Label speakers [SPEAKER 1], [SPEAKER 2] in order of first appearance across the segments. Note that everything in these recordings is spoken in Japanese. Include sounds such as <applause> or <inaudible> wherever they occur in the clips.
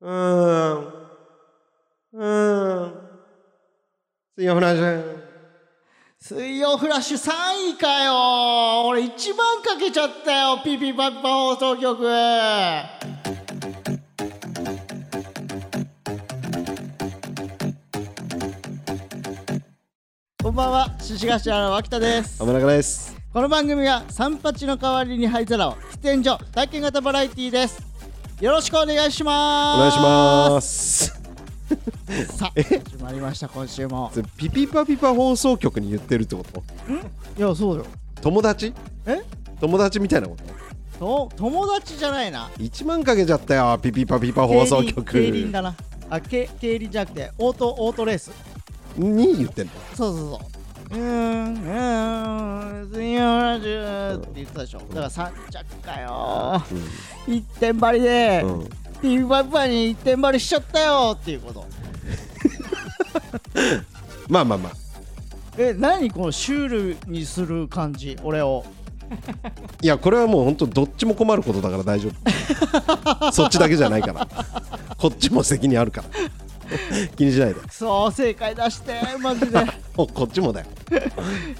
[SPEAKER 1] うーん。うーん。水曜フラッシュ。
[SPEAKER 2] 水曜フラッシュ3位かよ俺1万かけちゃったよピピパッパ放送局こんばんは獅子頭の脇田です
[SPEAKER 1] 浜中です。
[SPEAKER 2] この番組は三八の代わりに灰皿を喫煙所体験型バラエティーですよろしくお願いし
[SPEAKER 1] お
[SPEAKER 2] ます
[SPEAKER 1] 願いします。
[SPEAKER 2] すさあ始まりました今週も
[SPEAKER 1] それピピパピパ放送局に言ってるってこと
[SPEAKER 2] いやそうよ
[SPEAKER 1] 友達
[SPEAKER 2] え
[SPEAKER 1] 友達みたいなこと
[SPEAKER 2] と友達じゃないな
[SPEAKER 1] ?1 万かけちゃったよ、ピピパピパ放送局。
[SPEAKER 2] 競輪競輪だなあけ競輪じゃなくてオートオートレース
[SPEAKER 1] に言ってんの
[SPEAKER 2] そうそうそううーんうーん水曜ラジオって言ってたでしょだから三着かよ一点張りで、
[SPEAKER 1] うん。うん
[SPEAKER 2] ピーパッパに一点張りしちゃったよっていうこと
[SPEAKER 1] まあまあまあ。
[SPEAKER 2] え何このシュールにする感じ俺を
[SPEAKER 1] いや、これはもう本当どっちも困ることだから大丈夫。そっちだけじゃないから。こっちも責任あるから。気にしないで。
[SPEAKER 2] くそー正解出してマジで
[SPEAKER 1] おこっちもだよ。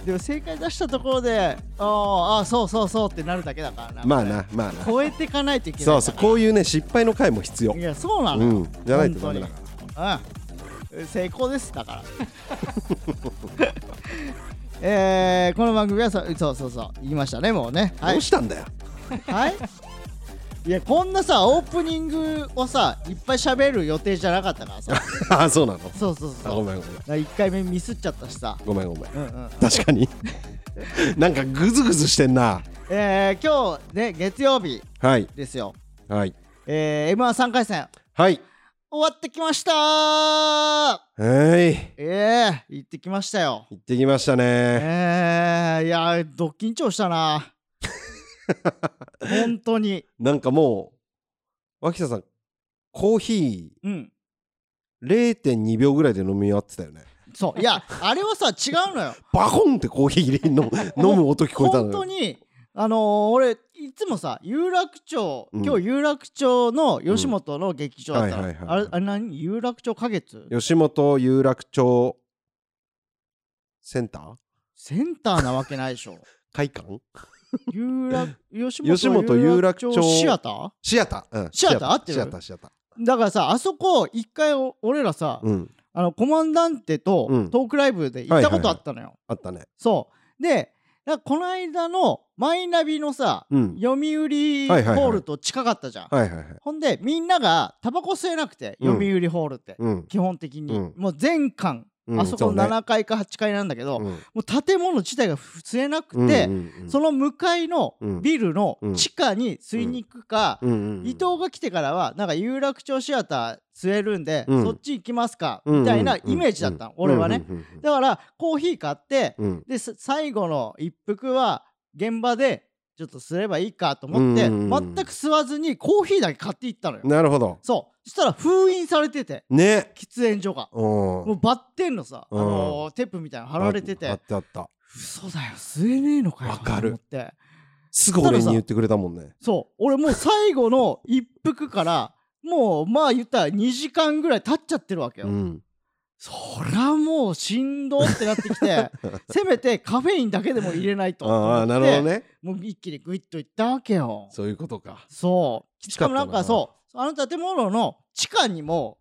[SPEAKER 2] でも正解出したところであーあーそうそうそうってなるだけだからな
[SPEAKER 1] まあな、まあな。
[SPEAKER 2] 超えていかないといけない
[SPEAKER 1] そうそう、こういうね、失敗の回も必要
[SPEAKER 2] い。やそうなの
[SPEAKER 1] う
[SPEAKER 2] よ、
[SPEAKER 1] ん、じゃないとダメだから。
[SPEAKER 2] らうん成功ですだから <laughs> えー、この番組はそそうそうそう言いましたねもうねは
[SPEAKER 1] ど
[SPEAKER 2] いう
[SPEAKER 1] したんだよ。
[SPEAKER 2] はいいやこんなさオープニングをさいっぱい喋る予定じゃなかったからさ
[SPEAKER 1] ああ、そうなの。
[SPEAKER 2] そうそう
[SPEAKER 1] あ
[SPEAKER 2] そう
[SPEAKER 1] ごめんごめん。
[SPEAKER 2] 1回目ミスっちゃったしさ、
[SPEAKER 1] ごめんごめん。
[SPEAKER 2] うんうん
[SPEAKER 1] 確か <laughs> に。なんかグズグズしてんな。
[SPEAKER 2] えー、今日ね月曜日
[SPEAKER 1] はい。
[SPEAKER 2] ですよ、
[SPEAKER 1] はい。
[SPEAKER 2] えー、m 1 3回戦
[SPEAKER 1] はい。
[SPEAKER 2] 終わってきましたー
[SPEAKER 1] はい。
[SPEAKER 2] ええー、行ってきましたよ
[SPEAKER 1] 行ってきましたね。
[SPEAKER 2] えー、いやーど緊張し
[SPEAKER 1] <laughs>
[SPEAKER 2] たな本当に
[SPEAKER 1] なんかもう、脇田さん、コーヒ
[SPEAKER 2] うん
[SPEAKER 1] ー0.2秒ぐらいで飲み終わってたよね。
[SPEAKER 2] そういやあれはさ違うのよ
[SPEAKER 1] バコンってコーヒー入れ <laughs> の飲む音 <laughs> 聞こえた
[SPEAKER 2] 本
[SPEAKER 1] のよ。
[SPEAKER 2] 当にあのー、俺いつもさ有楽町
[SPEAKER 1] うん
[SPEAKER 2] 今日有楽町の吉本の劇場だったの、
[SPEAKER 1] はいはいはい
[SPEAKER 2] あれあれ何有楽町花月
[SPEAKER 1] 吉本有楽町センター
[SPEAKER 2] センターなわけないでしょ <laughs>
[SPEAKER 1] 会館
[SPEAKER 2] 有楽吉
[SPEAKER 1] 吉本
[SPEAKER 2] 本
[SPEAKER 1] 有
[SPEAKER 2] 有
[SPEAKER 1] 楽町
[SPEAKER 2] 楽町シアター
[SPEAKER 1] シアター。うん
[SPEAKER 2] シアター合ってる
[SPEAKER 1] シアター、シアター。
[SPEAKER 2] だからさあそこ一回お俺らさ、
[SPEAKER 1] うん。
[SPEAKER 2] あのコマンダンテと
[SPEAKER 1] うん
[SPEAKER 2] トークライブで行ったことあったのよ、
[SPEAKER 1] あったね。
[SPEAKER 2] そうでなんかこの間のマイナビのさ、
[SPEAKER 1] うん。
[SPEAKER 2] 読売ホ
[SPEAKER 1] はいはいはい
[SPEAKER 2] ールと近かったじゃん、
[SPEAKER 1] はいはいはい。
[SPEAKER 2] ほんでみんながタバコ吸えなくて、
[SPEAKER 1] うん
[SPEAKER 2] 読売ホールって、
[SPEAKER 1] うん。
[SPEAKER 2] 基本的に、
[SPEAKER 1] うん
[SPEAKER 2] もう全館、
[SPEAKER 1] うん
[SPEAKER 2] あそこ7階か8階なんだけど、
[SPEAKER 1] そうね
[SPEAKER 2] もう建物自体が吸えな
[SPEAKER 1] う
[SPEAKER 2] く
[SPEAKER 1] ん
[SPEAKER 2] て、
[SPEAKER 1] うんうん
[SPEAKER 2] その向かいの
[SPEAKER 1] うん
[SPEAKER 2] ビルの
[SPEAKER 1] うん
[SPEAKER 2] 地下に吸いに行くか、
[SPEAKER 1] うんうんうん
[SPEAKER 2] 伊藤が来てからはなんか有楽町シアター吸えるんで、
[SPEAKER 1] うん
[SPEAKER 2] そっち行きますか、
[SPEAKER 1] うんうんうん
[SPEAKER 2] みたいなイメージだったの、俺はね、。
[SPEAKER 1] うん
[SPEAKER 2] だからコーヒー買って、
[SPEAKER 1] うんうん
[SPEAKER 2] でさ最後の一服は現場でちょっとすればいいかと思って、
[SPEAKER 1] うんうんうん
[SPEAKER 2] 全く吸わずにコーヒーだけ買っていったのよ、
[SPEAKER 1] なるほど。
[SPEAKER 2] そうそしたら封印されてて
[SPEAKER 1] ね。
[SPEAKER 2] 喫煙所が
[SPEAKER 1] も
[SPEAKER 2] もうバッテンのさ、
[SPEAKER 1] うん
[SPEAKER 2] あのーテープみたいなの貼られてて
[SPEAKER 1] あったあった。
[SPEAKER 2] 嘘だよ吸えねえのかよ
[SPEAKER 1] わかる
[SPEAKER 2] と思って
[SPEAKER 1] すぐ俺に言ってくれたもんね。
[SPEAKER 2] そう俺もう最後の一服からもうまあ言ったら2時間ぐらい経っちゃってるわけよ、
[SPEAKER 1] うん。
[SPEAKER 2] そりゃもうしんどってなってき
[SPEAKER 1] <laughs>
[SPEAKER 2] てせめてカフェインだけでも入れないと
[SPEAKER 1] ああ、なるほどね。
[SPEAKER 2] もう一気にグイッといったわけよ
[SPEAKER 1] そういうことか。
[SPEAKER 2] そう
[SPEAKER 1] きつ
[SPEAKER 2] し
[SPEAKER 1] かっ
[SPEAKER 2] か
[SPEAKER 1] たな
[SPEAKER 2] もなんかそうあの建物の地下にも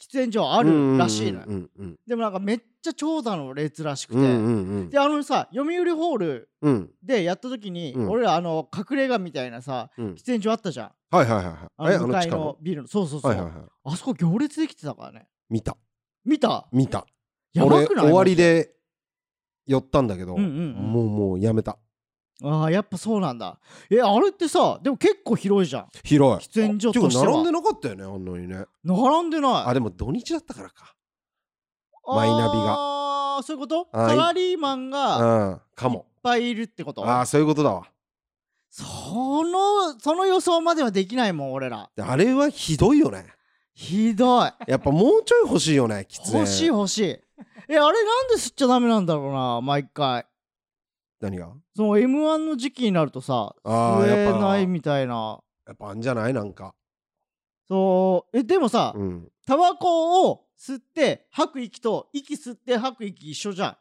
[SPEAKER 2] 喫煙所あるらしいのよ、
[SPEAKER 1] うんうん
[SPEAKER 2] でもなんかめっちゃ長蛇の列らし
[SPEAKER 1] う
[SPEAKER 2] くて、
[SPEAKER 1] んうんうん
[SPEAKER 2] であのさ読売ホール
[SPEAKER 1] うんうん
[SPEAKER 2] でやった時に、
[SPEAKER 1] うん
[SPEAKER 2] 俺らあの隠れ家みたいなさ
[SPEAKER 1] うん
[SPEAKER 2] 喫煙所あったじゃん
[SPEAKER 1] はいはいはいは
[SPEAKER 2] あ
[SPEAKER 1] い。え
[SPEAKER 2] の向かい
[SPEAKER 1] 下
[SPEAKER 2] のビルのそうそうそう、
[SPEAKER 1] はいはいはい。
[SPEAKER 2] あそこ行列できてたからね
[SPEAKER 1] 見た。
[SPEAKER 2] 見た
[SPEAKER 1] 見た。
[SPEAKER 2] やば
[SPEAKER 1] 俺、
[SPEAKER 2] くない
[SPEAKER 1] 終わりで寄ったんだけど、
[SPEAKER 2] うんうんうん
[SPEAKER 1] もうもうやめた。
[SPEAKER 2] ああやっぱそうなんだえあれってさでも結構広いじゃん
[SPEAKER 1] 広い。
[SPEAKER 2] 喫煙所
[SPEAKER 1] てか
[SPEAKER 2] としては
[SPEAKER 1] 並んでなかったよね、あんなにね。
[SPEAKER 2] 並んでない
[SPEAKER 1] あ、でも土日だったからか。マイナビが
[SPEAKER 2] あーそういうこと
[SPEAKER 1] あーい
[SPEAKER 2] サラリーマンがい
[SPEAKER 1] う
[SPEAKER 2] っ
[SPEAKER 1] ん。かも。
[SPEAKER 2] ぱいいるってこと
[SPEAKER 1] ああ、そういうことだわ。
[SPEAKER 2] そのその予想まではできないもん俺ら
[SPEAKER 1] であれはひどいよね。
[SPEAKER 2] ひどい
[SPEAKER 1] やっぱもうちょい欲しいよね、喫煙。
[SPEAKER 2] 欲しい欲しいえあれなんで吸っちゃダメなんだろうな毎回
[SPEAKER 1] 何が
[SPEAKER 2] その m 1の時期になるとさ
[SPEAKER 1] あー
[SPEAKER 2] 吸
[SPEAKER 1] やっ
[SPEAKER 2] え
[SPEAKER 1] ぱ
[SPEAKER 2] ないみたいな
[SPEAKER 1] やっぱあんじゃないなんか。
[SPEAKER 2] そうえでもさ
[SPEAKER 1] うん、
[SPEAKER 2] タバコを吸って吐く息と息吸って吐く息一緒
[SPEAKER 1] <laughs>
[SPEAKER 2] じゃん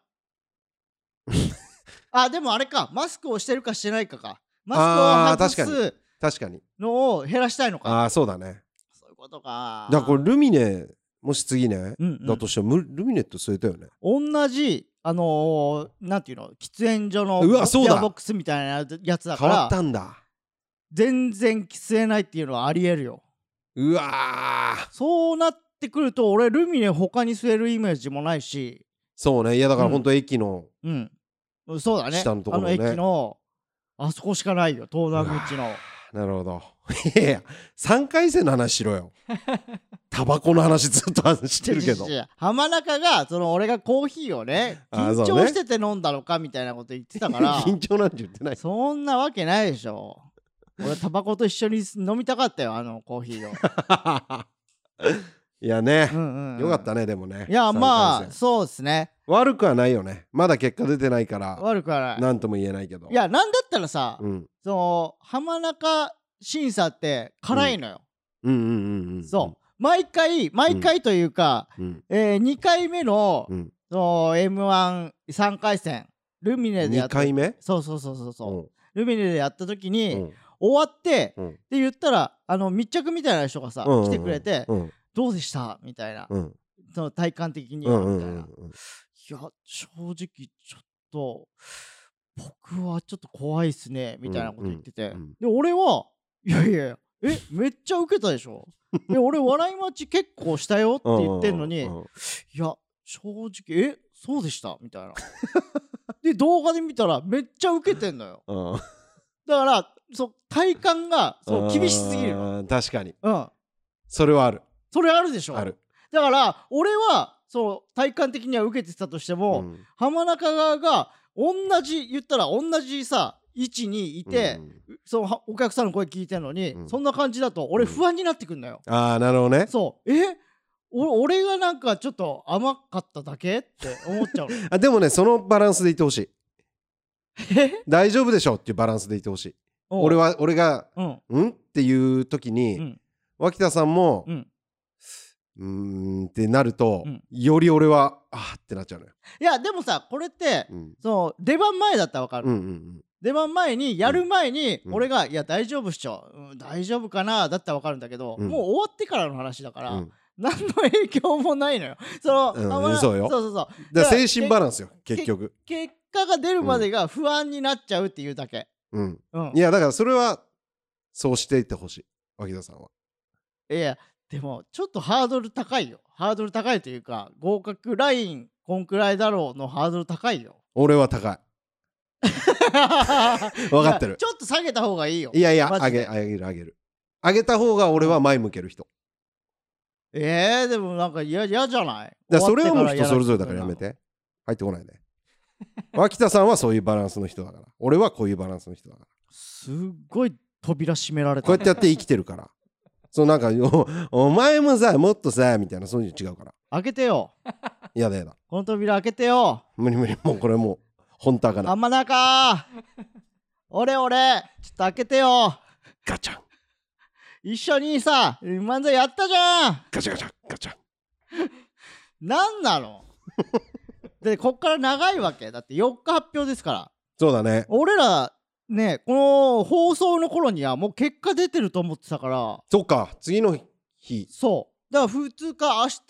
[SPEAKER 2] あでもあれかマスクをしてるかしてないかかマスクを
[SPEAKER 1] あー確
[SPEAKER 2] 外す
[SPEAKER 1] 確かに
[SPEAKER 2] のを減らしたいのか
[SPEAKER 1] ああそうだね
[SPEAKER 2] そういうことか
[SPEAKER 1] だからこれルミネもし次ね、
[SPEAKER 2] うんうん
[SPEAKER 1] だとしてもルルミネって据えたよね
[SPEAKER 2] 同じあのー、なんていうの喫煙所の
[SPEAKER 1] うわそうだ
[SPEAKER 2] ボックスみたいなやつだか
[SPEAKER 1] 変わ
[SPEAKER 2] ら
[SPEAKER 1] ったんだ
[SPEAKER 2] 全然喫煙ないっていうのはありえるよ
[SPEAKER 1] うわー
[SPEAKER 2] そうなってくると俺ルミネ他に吸えるイメージもないし
[SPEAKER 1] そうねいやだから
[SPEAKER 2] うん
[SPEAKER 1] 本当駅の、
[SPEAKER 2] うんそうだね
[SPEAKER 1] 下のところね
[SPEAKER 2] あの駅のあそこしかないよ東南口の
[SPEAKER 1] なるほど <laughs> いやいや3回戦の話しろ
[SPEAKER 2] <laughs>
[SPEAKER 1] よタバコの話ずっと話してるけど
[SPEAKER 2] いやいやいや浜中がその俺がコーヒーをね
[SPEAKER 1] あー
[SPEAKER 2] 緊
[SPEAKER 1] そうね
[SPEAKER 2] 張してて飲んだのかみたいなこと言ってたから
[SPEAKER 1] <laughs> 緊張なんて言ってない
[SPEAKER 2] <laughs> そんなわけないでしょ俺タバコと一緒に飲みたかったよあのコーヒ
[SPEAKER 1] <laughs>
[SPEAKER 2] ーを
[SPEAKER 1] いやね
[SPEAKER 2] う、んうんうん
[SPEAKER 1] よかったねでもね
[SPEAKER 2] いや
[SPEAKER 1] 三回戦
[SPEAKER 2] まあそうですね
[SPEAKER 1] 悪くはないよねまだ結果出てないから
[SPEAKER 2] 悪くはない
[SPEAKER 1] 何とも言えないけど
[SPEAKER 2] いやなんだったらさ、
[SPEAKER 1] うん、
[SPEAKER 2] その浜中審査って辛いのよ、
[SPEAKER 1] うんうんうんうん
[SPEAKER 2] そう毎回毎回というか、
[SPEAKER 1] うん、うん
[SPEAKER 2] え2回目の,、
[SPEAKER 1] うん、
[SPEAKER 2] その m 1 3回戦ルミネでや
[SPEAKER 1] 2
[SPEAKER 2] った
[SPEAKER 1] 回目
[SPEAKER 2] そうそうそうそうそう、
[SPEAKER 1] うん
[SPEAKER 2] ルミネでやった時に、
[SPEAKER 1] うん
[SPEAKER 2] 終わって、
[SPEAKER 1] うん
[SPEAKER 2] って言ったらあの密着みたいな人がさ、
[SPEAKER 1] うんうんうん
[SPEAKER 2] 来てくれて、
[SPEAKER 1] うん
[SPEAKER 2] どうでしたみたいな、
[SPEAKER 1] うん
[SPEAKER 2] その体感的に
[SPEAKER 1] う
[SPEAKER 2] は
[SPEAKER 1] んう
[SPEAKER 2] み
[SPEAKER 1] ん
[SPEAKER 2] たいな、
[SPEAKER 1] うん
[SPEAKER 2] いや、正直ちょっと、僕はちょっと怖いっすね、みたいなこと言ってて。
[SPEAKER 1] うんうん
[SPEAKER 2] で、俺は、いやいやいや、え、めっちゃ受けたでしょえ、俺、笑い待ち結構したよって言ってんのに、
[SPEAKER 1] う
[SPEAKER 2] い
[SPEAKER 1] ん
[SPEAKER 2] や、正直、え、そうでしたみたいな。で、動画で見たら、めっちゃ受けてんのよ。
[SPEAKER 1] うん
[SPEAKER 2] だから、そう体感がそう厳しすぎるの。
[SPEAKER 1] あー確かに
[SPEAKER 2] うん。
[SPEAKER 1] それはある
[SPEAKER 2] それあるでしょ
[SPEAKER 1] ある
[SPEAKER 2] だから、俺は、そう体感的には受けてたとしても、
[SPEAKER 1] うん
[SPEAKER 2] 浜中側が同じ言ったら同じさ位置にいて、
[SPEAKER 1] うん
[SPEAKER 2] そのはお客さんの声聞いてるのに、
[SPEAKER 1] うん
[SPEAKER 2] そんな感じだと俺
[SPEAKER 1] うん
[SPEAKER 2] 不安になってくんだよ、
[SPEAKER 1] ああなるほどね
[SPEAKER 2] そうえお俺がなんかちょっと甘かっただけって思っちゃ
[SPEAKER 1] <laughs>
[SPEAKER 2] うの
[SPEAKER 1] あでもねそのバランスでいてほしい
[SPEAKER 2] え
[SPEAKER 1] 大丈夫でしょっていうバランスでいてほしい俺は俺が
[SPEAKER 2] うん
[SPEAKER 1] うんっていう時に、
[SPEAKER 2] うん
[SPEAKER 1] 脇田さんも
[SPEAKER 2] うん
[SPEAKER 1] うーんってなると、
[SPEAKER 2] うん
[SPEAKER 1] より俺はあーってなっちゃうのよ、
[SPEAKER 2] いやでもさこれって、
[SPEAKER 1] うん、
[SPEAKER 2] その出番前だったらわかる、
[SPEAKER 1] うんうん
[SPEAKER 2] 出番前にやる前に
[SPEAKER 1] うん
[SPEAKER 2] 俺が「いや大丈夫っしょ、うん、大丈夫かな」だったらわかるんだけど、
[SPEAKER 1] うん
[SPEAKER 2] もう終わってからの話だから、
[SPEAKER 1] うんうん
[SPEAKER 2] 何の影響もないのよ。その、
[SPEAKER 1] うん
[SPEAKER 2] あま
[SPEAKER 1] そうよ
[SPEAKER 2] そうそうそう
[SPEAKER 1] だから精神バランスよ結局、
[SPEAKER 2] 結果が出るまでが不安になっちゃうっていうだけ。
[SPEAKER 1] うん、
[SPEAKER 2] うん、い
[SPEAKER 1] いやだからそれはそうしていってほしい脇田さんは
[SPEAKER 2] やいやでもちょっとハードル高いよ。ハードル高いというか合格ラインこんくらいだろうのハードル高
[SPEAKER 1] <laughs>
[SPEAKER 2] いよ。
[SPEAKER 1] 俺は高い
[SPEAKER 2] 分か
[SPEAKER 1] 分かってる
[SPEAKER 2] ちょっと下げた方がいいよ。
[SPEAKER 1] いやいや
[SPEAKER 2] マ
[SPEAKER 1] あ
[SPEAKER 2] ジ
[SPEAKER 1] げ
[SPEAKER 2] で
[SPEAKER 1] あげるあげるあげた方が俺は前向ける人
[SPEAKER 2] えー、でもなんか嫌嫌じゃない
[SPEAKER 1] だからそれはもう人それぞれだか
[SPEAKER 2] 終
[SPEAKER 1] らや
[SPEAKER 2] わ
[SPEAKER 1] め
[SPEAKER 2] って
[SPEAKER 1] 入ってこないね脇田さんはそういうバランスの人だから俺はこういうバランスの人だから
[SPEAKER 2] らすっごい扉閉められた。
[SPEAKER 1] こうやってやって生きてるからそうなんかおお前もさもっとさみたいなそういうの違うから
[SPEAKER 2] 開けてよ。
[SPEAKER 1] やだやだ
[SPEAKER 2] この扉開けてよ。
[SPEAKER 1] 無理無理もうこれもう本当開かない
[SPEAKER 2] 浜中俺俺ちょっと開けてよ。
[SPEAKER 1] ガチャン
[SPEAKER 2] 一緒にさ漫才やったじゃん
[SPEAKER 1] ガチャガチャガチャン
[SPEAKER 2] なん
[SPEAKER 1] <laughs>
[SPEAKER 2] なのでこっから長いわけだって4日発表ですから
[SPEAKER 1] そうだね
[SPEAKER 2] 俺らねこの放送の頃にはもう結果出てると思ってたから
[SPEAKER 1] そっか次の日
[SPEAKER 2] そうだから普通か明日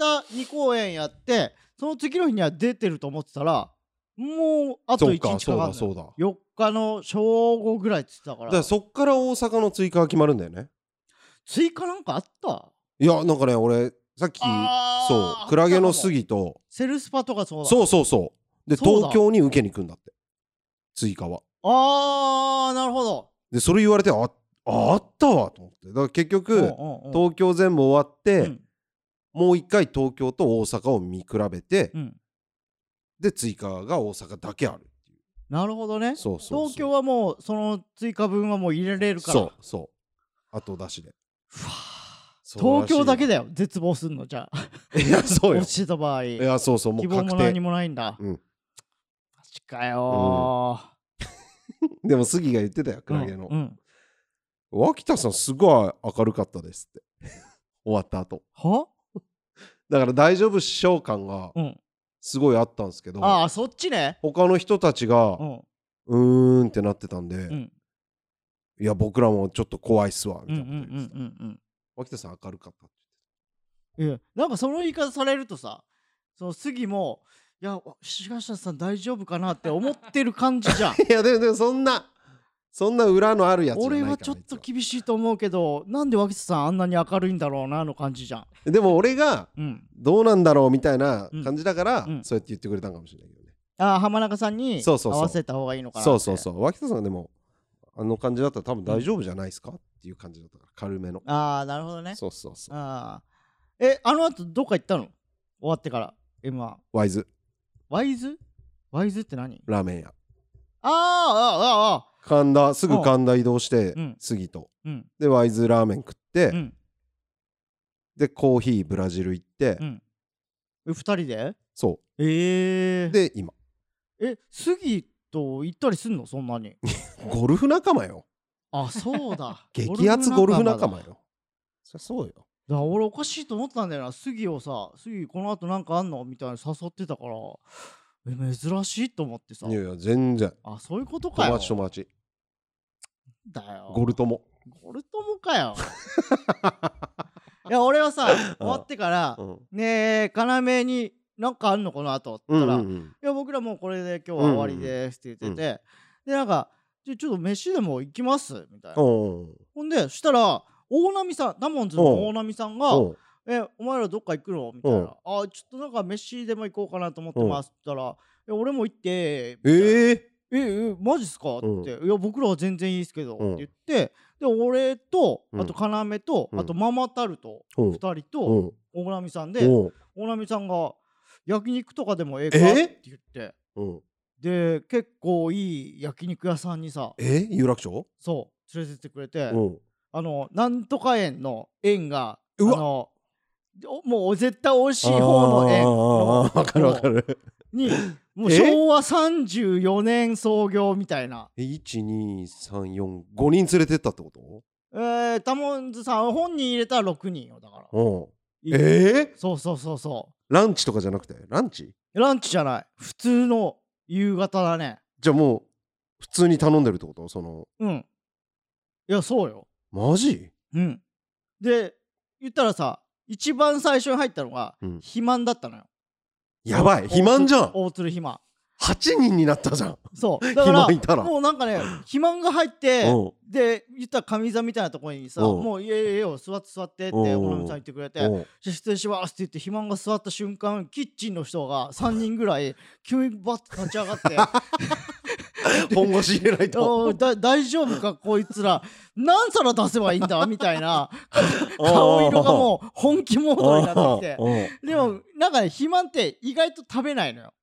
[SPEAKER 2] 2公演やってその次の日には出てると思ってたらもうあと
[SPEAKER 1] そ
[SPEAKER 2] 1
[SPEAKER 1] う
[SPEAKER 2] 日かか
[SPEAKER 1] かそうだそう
[SPEAKER 2] る
[SPEAKER 1] だだ
[SPEAKER 2] 4日の正午ぐらいっつってたから
[SPEAKER 1] からそっから大阪の追加が決まるんだよね
[SPEAKER 2] 追加なんかあった
[SPEAKER 1] いやなんかね俺さっき
[SPEAKER 2] あーあった
[SPEAKER 1] そ
[SPEAKER 2] か
[SPEAKER 1] う
[SPEAKER 2] も
[SPEAKER 1] クラゲの杉と
[SPEAKER 2] セルスパとかそうだ
[SPEAKER 1] そうそうそうで
[SPEAKER 2] そうだ
[SPEAKER 1] 東京に受けに行くんだって追加は
[SPEAKER 2] あーなるほど
[SPEAKER 1] でそれ言われてあああったわと思ってだから結
[SPEAKER 2] うんう
[SPEAKER 1] 局
[SPEAKER 2] んうん
[SPEAKER 1] 東京全部終わって、
[SPEAKER 2] うん
[SPEAKER 1] もう一回東京と大阪を見比べて、
[SPEAKER 2] うん
[SPEAKER 1] で追加が大阪だけあるっていう
[SPEAKER 2] なるほどね
[SPEAKER 1] そうそうそう
[SPEAKER 2] 東京はもうその追加分はもう入れれるから
[SPEAKER 1] そうそう後出しで
[SPEAKER 2] ふわ
[SPEAKER 1] そうら
[SPEAKER 2] 東
[SPEAKER 1] しいよ
[SPEAKER 2] 京だけだよ絶望すんのじゃあ
[SPEAKER 1] いや <laughs> そうよ
[SPEAKER 2] 落ちてた場合
[SPEAKER 1] いやそうそうも
[SPEAKER 2] 希
[SPEAKER 1] う
[SPEAKER 2] 望も
[SPEAKER 1] 確
[SPEAKER 2] 何
[SPEAKER 1] 定
[SPEAKER 2] もないんだ、
[SPEAKER 1] うん
[SPEAKER 2] マジかよー
[SPEAKER 1] でも杉が言ってたよクラゲの、
[SPEAKER 2] うんうん
[SPEAKER 1] 脇田さんすごい明るかったですって <laughs> 終わった後
[SPEAKER 2] は
[SPEAKER 1] だから大丈夫っしょ感が
[SPEAKER 2] うん。
[SPEAKER 1] すごいあったんですけど、
[SPEAKER 2] ああ、そっちね。
[SPEAKER 1] 他の人たちが
[SPEAKER 2] うん。
[SPEAKER 1] うーんってなってたんで、
[SPEAKER 2] うん。
[SPEAKER 1] いや僕らもちょっと怖いっすわ
[SPEAKER 2] うんう
[SPEAKER 1] み
[SPEAKER 2] んう
[SPEAKER 1] たいなこと言ってた、
[SPEAKER 2] んうん
[SPEAKER 1] 脇田さん明るかったって
[SPEAKER 2] うん。いや、なんかその言い方されるとさ、その杉も、いや、志賀さん大丈夫かなって思ってる感じじゃん。
[SPEAKER 1] いやでもでもそんなそんな裏のあるやつじゃない
[SPEAKER 2] 俺
[SPEAKER 1] から
[SPEAKER 2] はちょっと厳しいと思うけど、なんで脇田さんあんなに明るいんだろうなの感じじゃん。
[SPEAKER 1] あいつはでも俺が
[SPEAKER 2] うん。
[SPEAKER 1] どうなんだろうみたいな感じだから、
[SPEAKER 2] うんうん
[SPEAKER 1] そうやって言ってくれたんかもしれないけどね、
[SPEAKER 2] ああ、浜中さんに
[SPEAKER 1] そ
[SPEAKER 2] 合
[SPEAKER 1] うそうそう
[SPEAKER 2] わせた方がいいのかなって。
[SPEAKER 1] そうそうそう脇田さんがでもあの感じだったら多分大丈夫じゃないですか、っていう感じだったから軽めの、
[SPEAKER 2] ああ、なるほどね。
[SPEAKER 1] そうそうそう
[SPEAKER 2] ああ。え、あの後どっか行ったの終わってから。今、
[SPEAKER 1] ワイズ
[SPEAKER 2] ワイズワイズって何
[SPEAKER 1] ラーメン屋
[SPEAKER 2] あーあ、ああ、あ
[SPEAKER 1] 神田すぐ神田移動して、
[SPEAKER 2] うん
[SPEAKER 1] 杉と
[SPEAKER 2] あ。うん。
[SPEAKER 1] でワイズラーメン食って、
[SPEAKER 2] うん。
[SPEAKER 1] でコーヒーブラジル行って、
[SPEAKER 2] うん。え、二人で
[SPEAKER 1] そ
[SPEAKER 2] ええ
[SPEAKER 1] うで今
[SPEAKER 2] え、杉と行ったりすんのそんなに。
[SPEAKER 1] ゴルフ仲間よ
[SPEAKER 2] あ、そうだ。
[SPEAKER 1] <laughs> 激アツゴルフ
[SPEAKER 2] だ
[SPEAKER 1] 仲間。よそりゃそうよ
[SPEAKER 2] だから俺おかしいと思ったんだよな杉をさ杉この後なんかあんのみたいな誘ってたからえ珍しいと思ってさ
[SPEAKER 1] いやいや全然
[SPEAKER 2] あそういうことか
[SPEAKER 1] 友
[SPEAKER 2] よ
[SPEAKER 1] 達友達
[SPEAKER 2] だよ
[SPEAKER 1] ゴルトも
[SPEAKER 2] ゴルトモかよいや俺はさ終わってから
[SPEAKER 1] うん
[SPEAKER 2] 「ねえ要になんかあんのこの後って
[SPEAKER 1] う
[SPEAKER 2] 言
[SPEAKER 1] ん
[SPEAKER 2] っ
[SPEAKER 1] う
[SPEAKER 2] たら「い
[SPEAKER 1] ん
[SPEAKER 2] や僕らもうこれで今日は終わりです」って言ってて、でなんか「じゃあちょっと飯でも行きます」みたいな、
[SPEAKER 1] うん
[SPEAKER 2] ほんでしたら大波さんダモンズの大波さんが「
[SPEAKER 1] うん
[SPEAKER 2] え、お前らどっか行くのみたいな。
[SPEAKER 1] うん
[SPEAKER 2] あ、ちょっとなんか飯でも行こうかなと思ってます。って言ったら、え、俺も行って。みたいな
[SPEAKER 1] ええ
[SPEAKER 2] ええ、マジっすかって
[SPEAKER 1] うん
[SPEAKER 2] 言って、いや、僕らは全然いいですけど。
[SPEAKER 1] うん
[SPEAKER 2] って言って、で、俺と、
[SPEAKER 1] うん
[SPEAKER 2] あと、要と、
[SPEAKER 1] うん
[SPEAKER 2] あと、ママタルト、
[SPEAKER 1] うん
[SPEAKER 2] 二人
[SPEAKER 1] う
[SPEAKER 2] と、
[SPEAKER 1] ん
[SPEAKER 2] 大波さんで、
[SPEAKER 1] うん
[SPEAKER 2] 大波さんが、焼肉とかでもええかっ
[SPEAKER 1] え
[SPEAKER 2] て言って、
[SPEAKER 1] うん
[SPEAKER 2] で、結構いい焼肉屋さんにさ、
[SPEAKER 1] え有楽町
[SPEAKER 2] そう、連れてってくれて
[SPEAKER 1] う、ん
[SPEAKER 2] あの、なんとか園の園が、あ
[SPEAKER 1] うわ
[SPEAKER 2] の、おもう絶対美味しい方の園の
[SPEAKER 1] あーあーあーわかるわかる
[SPEAKER 2] に、もう
[SPEAKER 1] え
[SPEAKER 2] 昭和34年創業みたいな。
[SPEAKER 1] え一二三四五人連れてったってこと
[SPEAKER 2] えー、タモンズさん、本人入れたら6人よ、だから。
[SPEAKER 1] うん
[SPEAKER 2] いい
[SPEAKER 1] ええ
[SPEAKER 2] そうそうそうそ
[SPEAKER 1] ランチとかじゃなくてランチ
[SPEAKER 2] う。ランチじゃない。普通の夕方だね。
[SPEAKER 1] じゃあもう普通に頼んでるってことその
[SPEAKER 2] うん。いや、そうよ。
[SPEAKER 1] マジ
[SPEAKER 2] うん。で、言ったらさ、一番最初に入ったのが、
[SPEAKER 1] うん
[SPEAKER 2] 肥満だったのよ。
[SPEAKER 1] やばい肥満じゃん
[SPEAKER 2] 大鶴肥満。
[SPEAKER 1] 八人になったじゃん
[SPEAKER 2] そう。だから、
[SPEAKER 1] 肥満いたら
[SPEAKER 2] もうなんかね、肥満が入って、
[SPEAKER 1] うん
[SPEAKER 2] で言ったら上座みたいなところにさ「
[SPEAKER 1] うん
[SPEAKER 2] もういえいえいえよ座って座って」って
[SPEAKER 1] うん
[SPEAKER 2] おなみさん言ってくれて
[SPEAKER 1] うん
[SPEAKER 2] 「じゃあ失礼します」って言って肥満が座った瞬間キッチンの人が3人ぐらい急にバッと立ち上が
[SPEAKER 1] <laughs>
[SPEAKER 2] って
[SPEAKER 1] 本腰入れない
[SPEAKER 2] 「お
[SPEAKER 1] と
[SPEAKER 2] ーだ大丈夫かこいつら何皿出せばいいんだ」みた
[SPEAKER 1] <laughs>
[SPEAKER 2] いな顔色がもう本気モードになってきて。
[SPEAKER 1] て
[SPEAKER 2] でもなんかね肥満って意外と食べないの
[SPEAKER 1] <laughs>
[SPEAKER 2] よ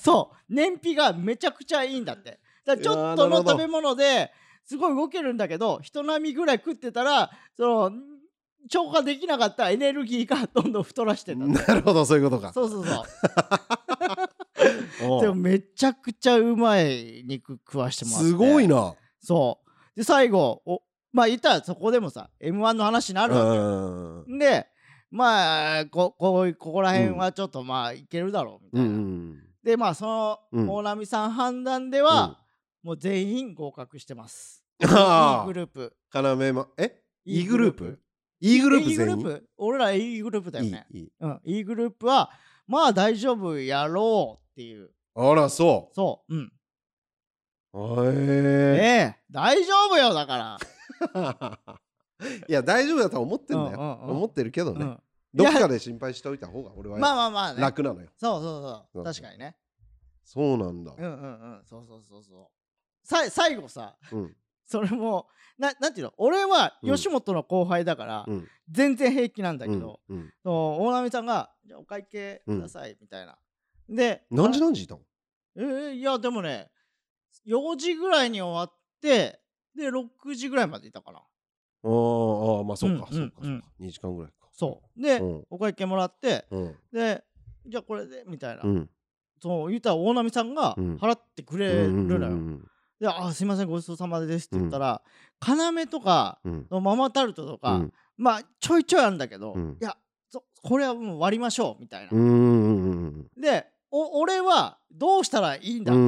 [SPEAKER 2] そう燃費がめちゃくちゃいいんだってだからちょっと
[SPEAKER 1] いやーなる
[SPEAKER 2] の
[SPEAKER 1] ほど
[SPEAKER 2] 食べ物ですごい動けるんだけど人並みぐらい食ってたらその消化できなかったエネルギーがどんどん太らしてた
[SPEAKER 1] なるほどそういうことか
[SPEAKER 2] そうそうそう
[SPEAKER 1] うん
[SPEAKER 2] でもめちゃくちゃうまい肉食わしてもらって
[SPEAKER 1] すごい
[SPEAKER 2] な
[SPEAKER 1] な
[SPEAKER 2] そうで最後おまあ言ったらそこでもさ m 1の話になるわけよ
[SPEAKER 1] うん
[SPEAKER 2] でまあここうここら辺はちょっとまあいけるだろうみた
[SPEAKER 1] う
[SPEAKER 2] いな、
[SPEAKER 1] ん
[SPEAKER 2] でまあそ
[SPEAKER 1] うん
[SPEAKER 2] の大波さん判断では、もう全員合格してます、
[SPEAKER 1] あ
[SPEAKER 2] E グループ
[SPEAKER 1] かなめまえ
[SPEAKER 2] E
[SPEAKER 1] E
[SPEAKER 2] グ
[SPEAKER 1] グ
[SPEAKER 2] ル
[SPEAKER 1] ル
[SPEAKER 2] ー
[SPEAKER 1] ー
[SPEAKER 2] プ
[SPEAKER 1] プ E グルー
[SPEAKER 2] E
[SPEAKER 1] プ
[SPEAKER 2] グル
[SPEAKER 1] 全
[SPEAKER 2] ー
[SPEAKER 1] 員
[SPEAKER 2] プ俺ら E グループだよね
[SPEAKER 1] E E
[SPEAKER 2] うん、E グループはまあ大丈夫やろうっていう
[SPEAKER 1] あらそ
[SPEAKER 2] そううん
[SPEAKER 1] うへえ
[SPEAKER 2] ええ大丈夫よだ
[SPEAKER 1] <laughs>
[SPEAKER 2] から、
[SPEAKER 1] いや大丈夫だとは思ってんだ
[SPEAKER 2] うんうん
[SPEAKER 1] よ
[SPEAKER 2] うん
[SPEAKER 1] 思ってるけど
[SPEAKER 2] う
[SPEAKER 1] ね
[SPEAKER 2] ん
[SPEAKER 1] どっかで心配しておいた方が俺
[SPEAKER 2] まあ
[SPEAKER 1] は
[SPEAKER 2] まあまあね
[SPEAKER 1] 楽なのよ
[SPEAKER 2] そうそう
[SPEAKER 1] う
[SPEAKER 2] そう
[SPEAKER 1] ん
[SPEAKER 2] 確かにね
[SPEAKER 1] そうなんだ
[SPEAKER 2] うんうんうんそうそうそうそうさい最後さ
[SPEAKER 1] うん
[SPEAKER 2] それもななんていうの俺は
[SPEAKER 1] うん
[SPEAKER 2] 吉本の後輩だから、
[SPEAKER 1] うん
[SPEAKER 2] 全然平気なんだ
[SPEAKER 1] う
[SPEAKER 2] け
[SPEAKER 1] ん
[SPEAKER 2] ど、
[SPEAKER 1] うん
[SPEAKER 2] その大波さんが「じゃあお会計ください」みたいな、で
[SPEAKER 1] 何時
[SPEAKER 2] あ
[SPEAKER 1] 何時いたの
[SPEAKER 2] えーいやでもね4時ぐらいに終わってで6時ぐらいまでいたかな
[SPEAKER 1] あーあーまあそうか
[SPEAKER 2] うんう
[SPEAKER 1] そ
[SPEAKER 2] ん
[SPEAKER 1] うかそうか2時間ぐらいか
[SPEAKER 2] そうで、
[SPEAKER 1] うん
[SPEAKER 2] お会計もらって
[SPEAKER 1] うん
[SPEAKER 2] でじゃあこれでみたいな、
[SPEAKER 1] うん
[SPEAKER 2] そう言ったら大波さんが
[SPEAKER 1] うん
[SPEAKER 2] 払ってくれるのよ、
[SPEAKER 1] うん
[SPEAKER 2] で「あすいませんごちそうさまです」って言ったら、要とか
[SPEAKER 1] うん
[SPEAKER 2] ママタルトとか、
[SPEAKER 1] うん
[SPEAKER 2] まあちょいちょいあるんだけど、
[SPEAKER 1] うん
[SPEAKER 2] いやそこれはもう割りましょうみたいな、
[SPEAKER 1] うんうん
[SPEAKER 2] でお俺はどうしたらいいんだ、
[SPEAKER 1] うん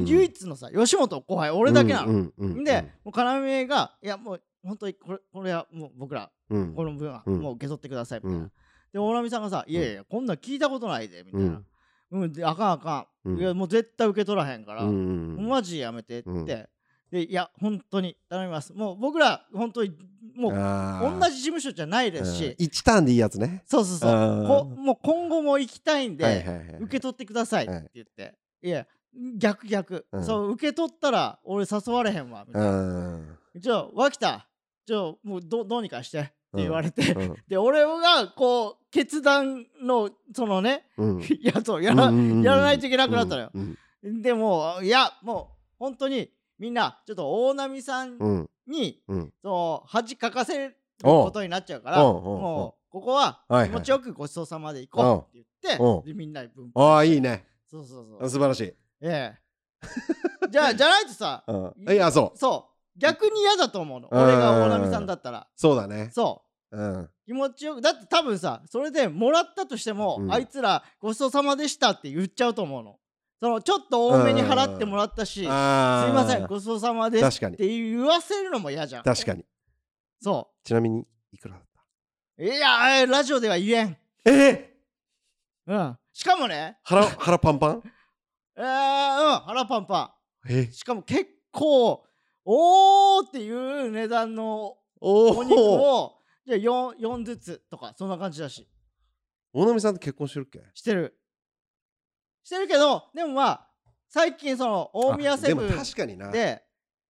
[SPEAKER 1] うん
[SPEAKER 2] 唯一のさ吉本後輩俺だけなの、
[SPEAKER 1] うんうんうんうん
[SPEAKER 2] でもう要がいやもう本当にこれこれはもう僕ら
[SPEAKER 1] うん
[SPEAKER 2] この分は
[SPEAKER 1] うん
[SPEAKER 2] もう受け取ってくださいみたい
[SPEAKER 1] う
[SPEAKER 2] な、
[SPEAKER 1] ん
[SPEAKER 2] で大波さんがさ「いやいやこんなん聞いたことないで」みたいな「うん、であかんあかん、
[SPEAKER 1] うん
[SPEAKER 2] いやもう絶対受け取らへんから、
[SPEAKER 1] うんうんうん
[SPEAKER 2] マジやめて」って、
[SPEAKER 1] うん
[SPEAKER 2] でいや本当に頼みますもう僕ら本当にもう
[SPEAKER 1] あ
[SPEAKER 2] 同
[SPEAKER 1] ー
[SPEAKER 2] じ事務所じゃないですし、
[SPEAKER 1] うん一ターンでいいやつね
[SPEAKER 2] そうそうそう
[SPEAKER 1] あー
[SPEAKER 2] こもう今後も行きたいんで、
[SPEAKER 1] はいはいはい
[SPEAKER 2] 受け取ってくださいっ
[SPEAKER 1] はい
[SPEAKER 2] て言って、い、や逆逆、
[SPEAKER 1] うん
[SPEAKER 2] そう受け取ったら俺誘われへんわみたいな、
[SPEAKER 1] うん
[SPEAKER 2] じゃあ脇田じゃあもうどどうにかしてって言われて、
[SPEAKER 1] うん
[SPEAKER 2] で俺がこう決断のそのね、
[SPEAKER 1] うん
[SPEAKER 2] <laughs> やつをやら,、
[SPEAKER 1] うんうんうん
[SPEAKER 2] やらないといけなくなったのよ、
[SPEAKER 1] うん
[SPEAKER 2] でもいやもう本当にみんなちょっと大波さん
[SPEAKER 1] うん
[SPEAKER 2] に、
[SPEAKER 1] うん
[SPEAKER 2] その恥かかせることになっちゃうから
[SPEAKER 1] おうおうおう
[SPEAKER 2] もうここは
[SPEAKER 1] はいはい
[SPEAKER 2] 気持ちよくごちそうさまで行こうって言って、
[SPEAKER 1] おう
[SPEAKER 2] でみんなで分
[SPEAKER 1] ああ
[SPEAKER 2] 配して
[SPEAKER 1] いいね
[SPEAKER 2] そうそうそう
[SPEAKER 1] 素晴らしい
[SPEAKER 2] え <laughs> えじゃあじゃないとさ
[SPEAKER 1] うんいやそう
[SPEAKER 2] そう逆に嫌だと思うの
[SPEAKER 1] うん
[SPEAKER 2] 俺が大波さんだったら
[SPEAKER 1] そうだね
[SPEAKER 2] そう
[SPEAKER 1] うん
[SPEAKER 2] 気持ちよくだって多分さそれでもらったとしても、
[SPEAKER 1] うん
[SPEAKER 2] あいつらごちそうさまでしたって言っちゃうと思うのそのちょっと多めに払ってもらったし、すい
[SPEAKER 1] あー
[SPEAKER 2] ませんごちそうさまです
[SPEAKER 1] 確かに
[SPEAKER 2] って言わせるのも嫌じゃん
[SPEAKER 1] 確かに
[SPEAKER 2] そ
[SPEAKER 1] ちなみにいくらだっ
[SPEAKER 2] ういやーラジオでは言えん
[SPEAKER 1] たええ
[SPEAKER 2] うんしかもね <laughs>
[SPEAKER 1] 腹腹パンパン
[SPEAKER 2] えー、うん腹パンパ
[SPEAKER 1] え
[SPEAKER 2] ンしかも結構おーっていう値段の
[SPEAKER 1] お
[SPEAKER 2] お肉
[SPEAKER 1] お
[SPEAKER 2] をじゃあ 4, 4ずつとかそんな感じだし
[SPEAKER 1] 大波さんと結婚してるっけ
[SPEAKER 2] してるしてるけどでもまあ最近その大宮
[SPEAKER 1] あ
[SPEAKER 2] セ
[SPEAKER 1] で
[SPEAKER 2] ブ
[SPEAKER 1] も
[SPEAKER 2] ン
[SPEAKER 1] 確かにな
[SPEAKER 2] で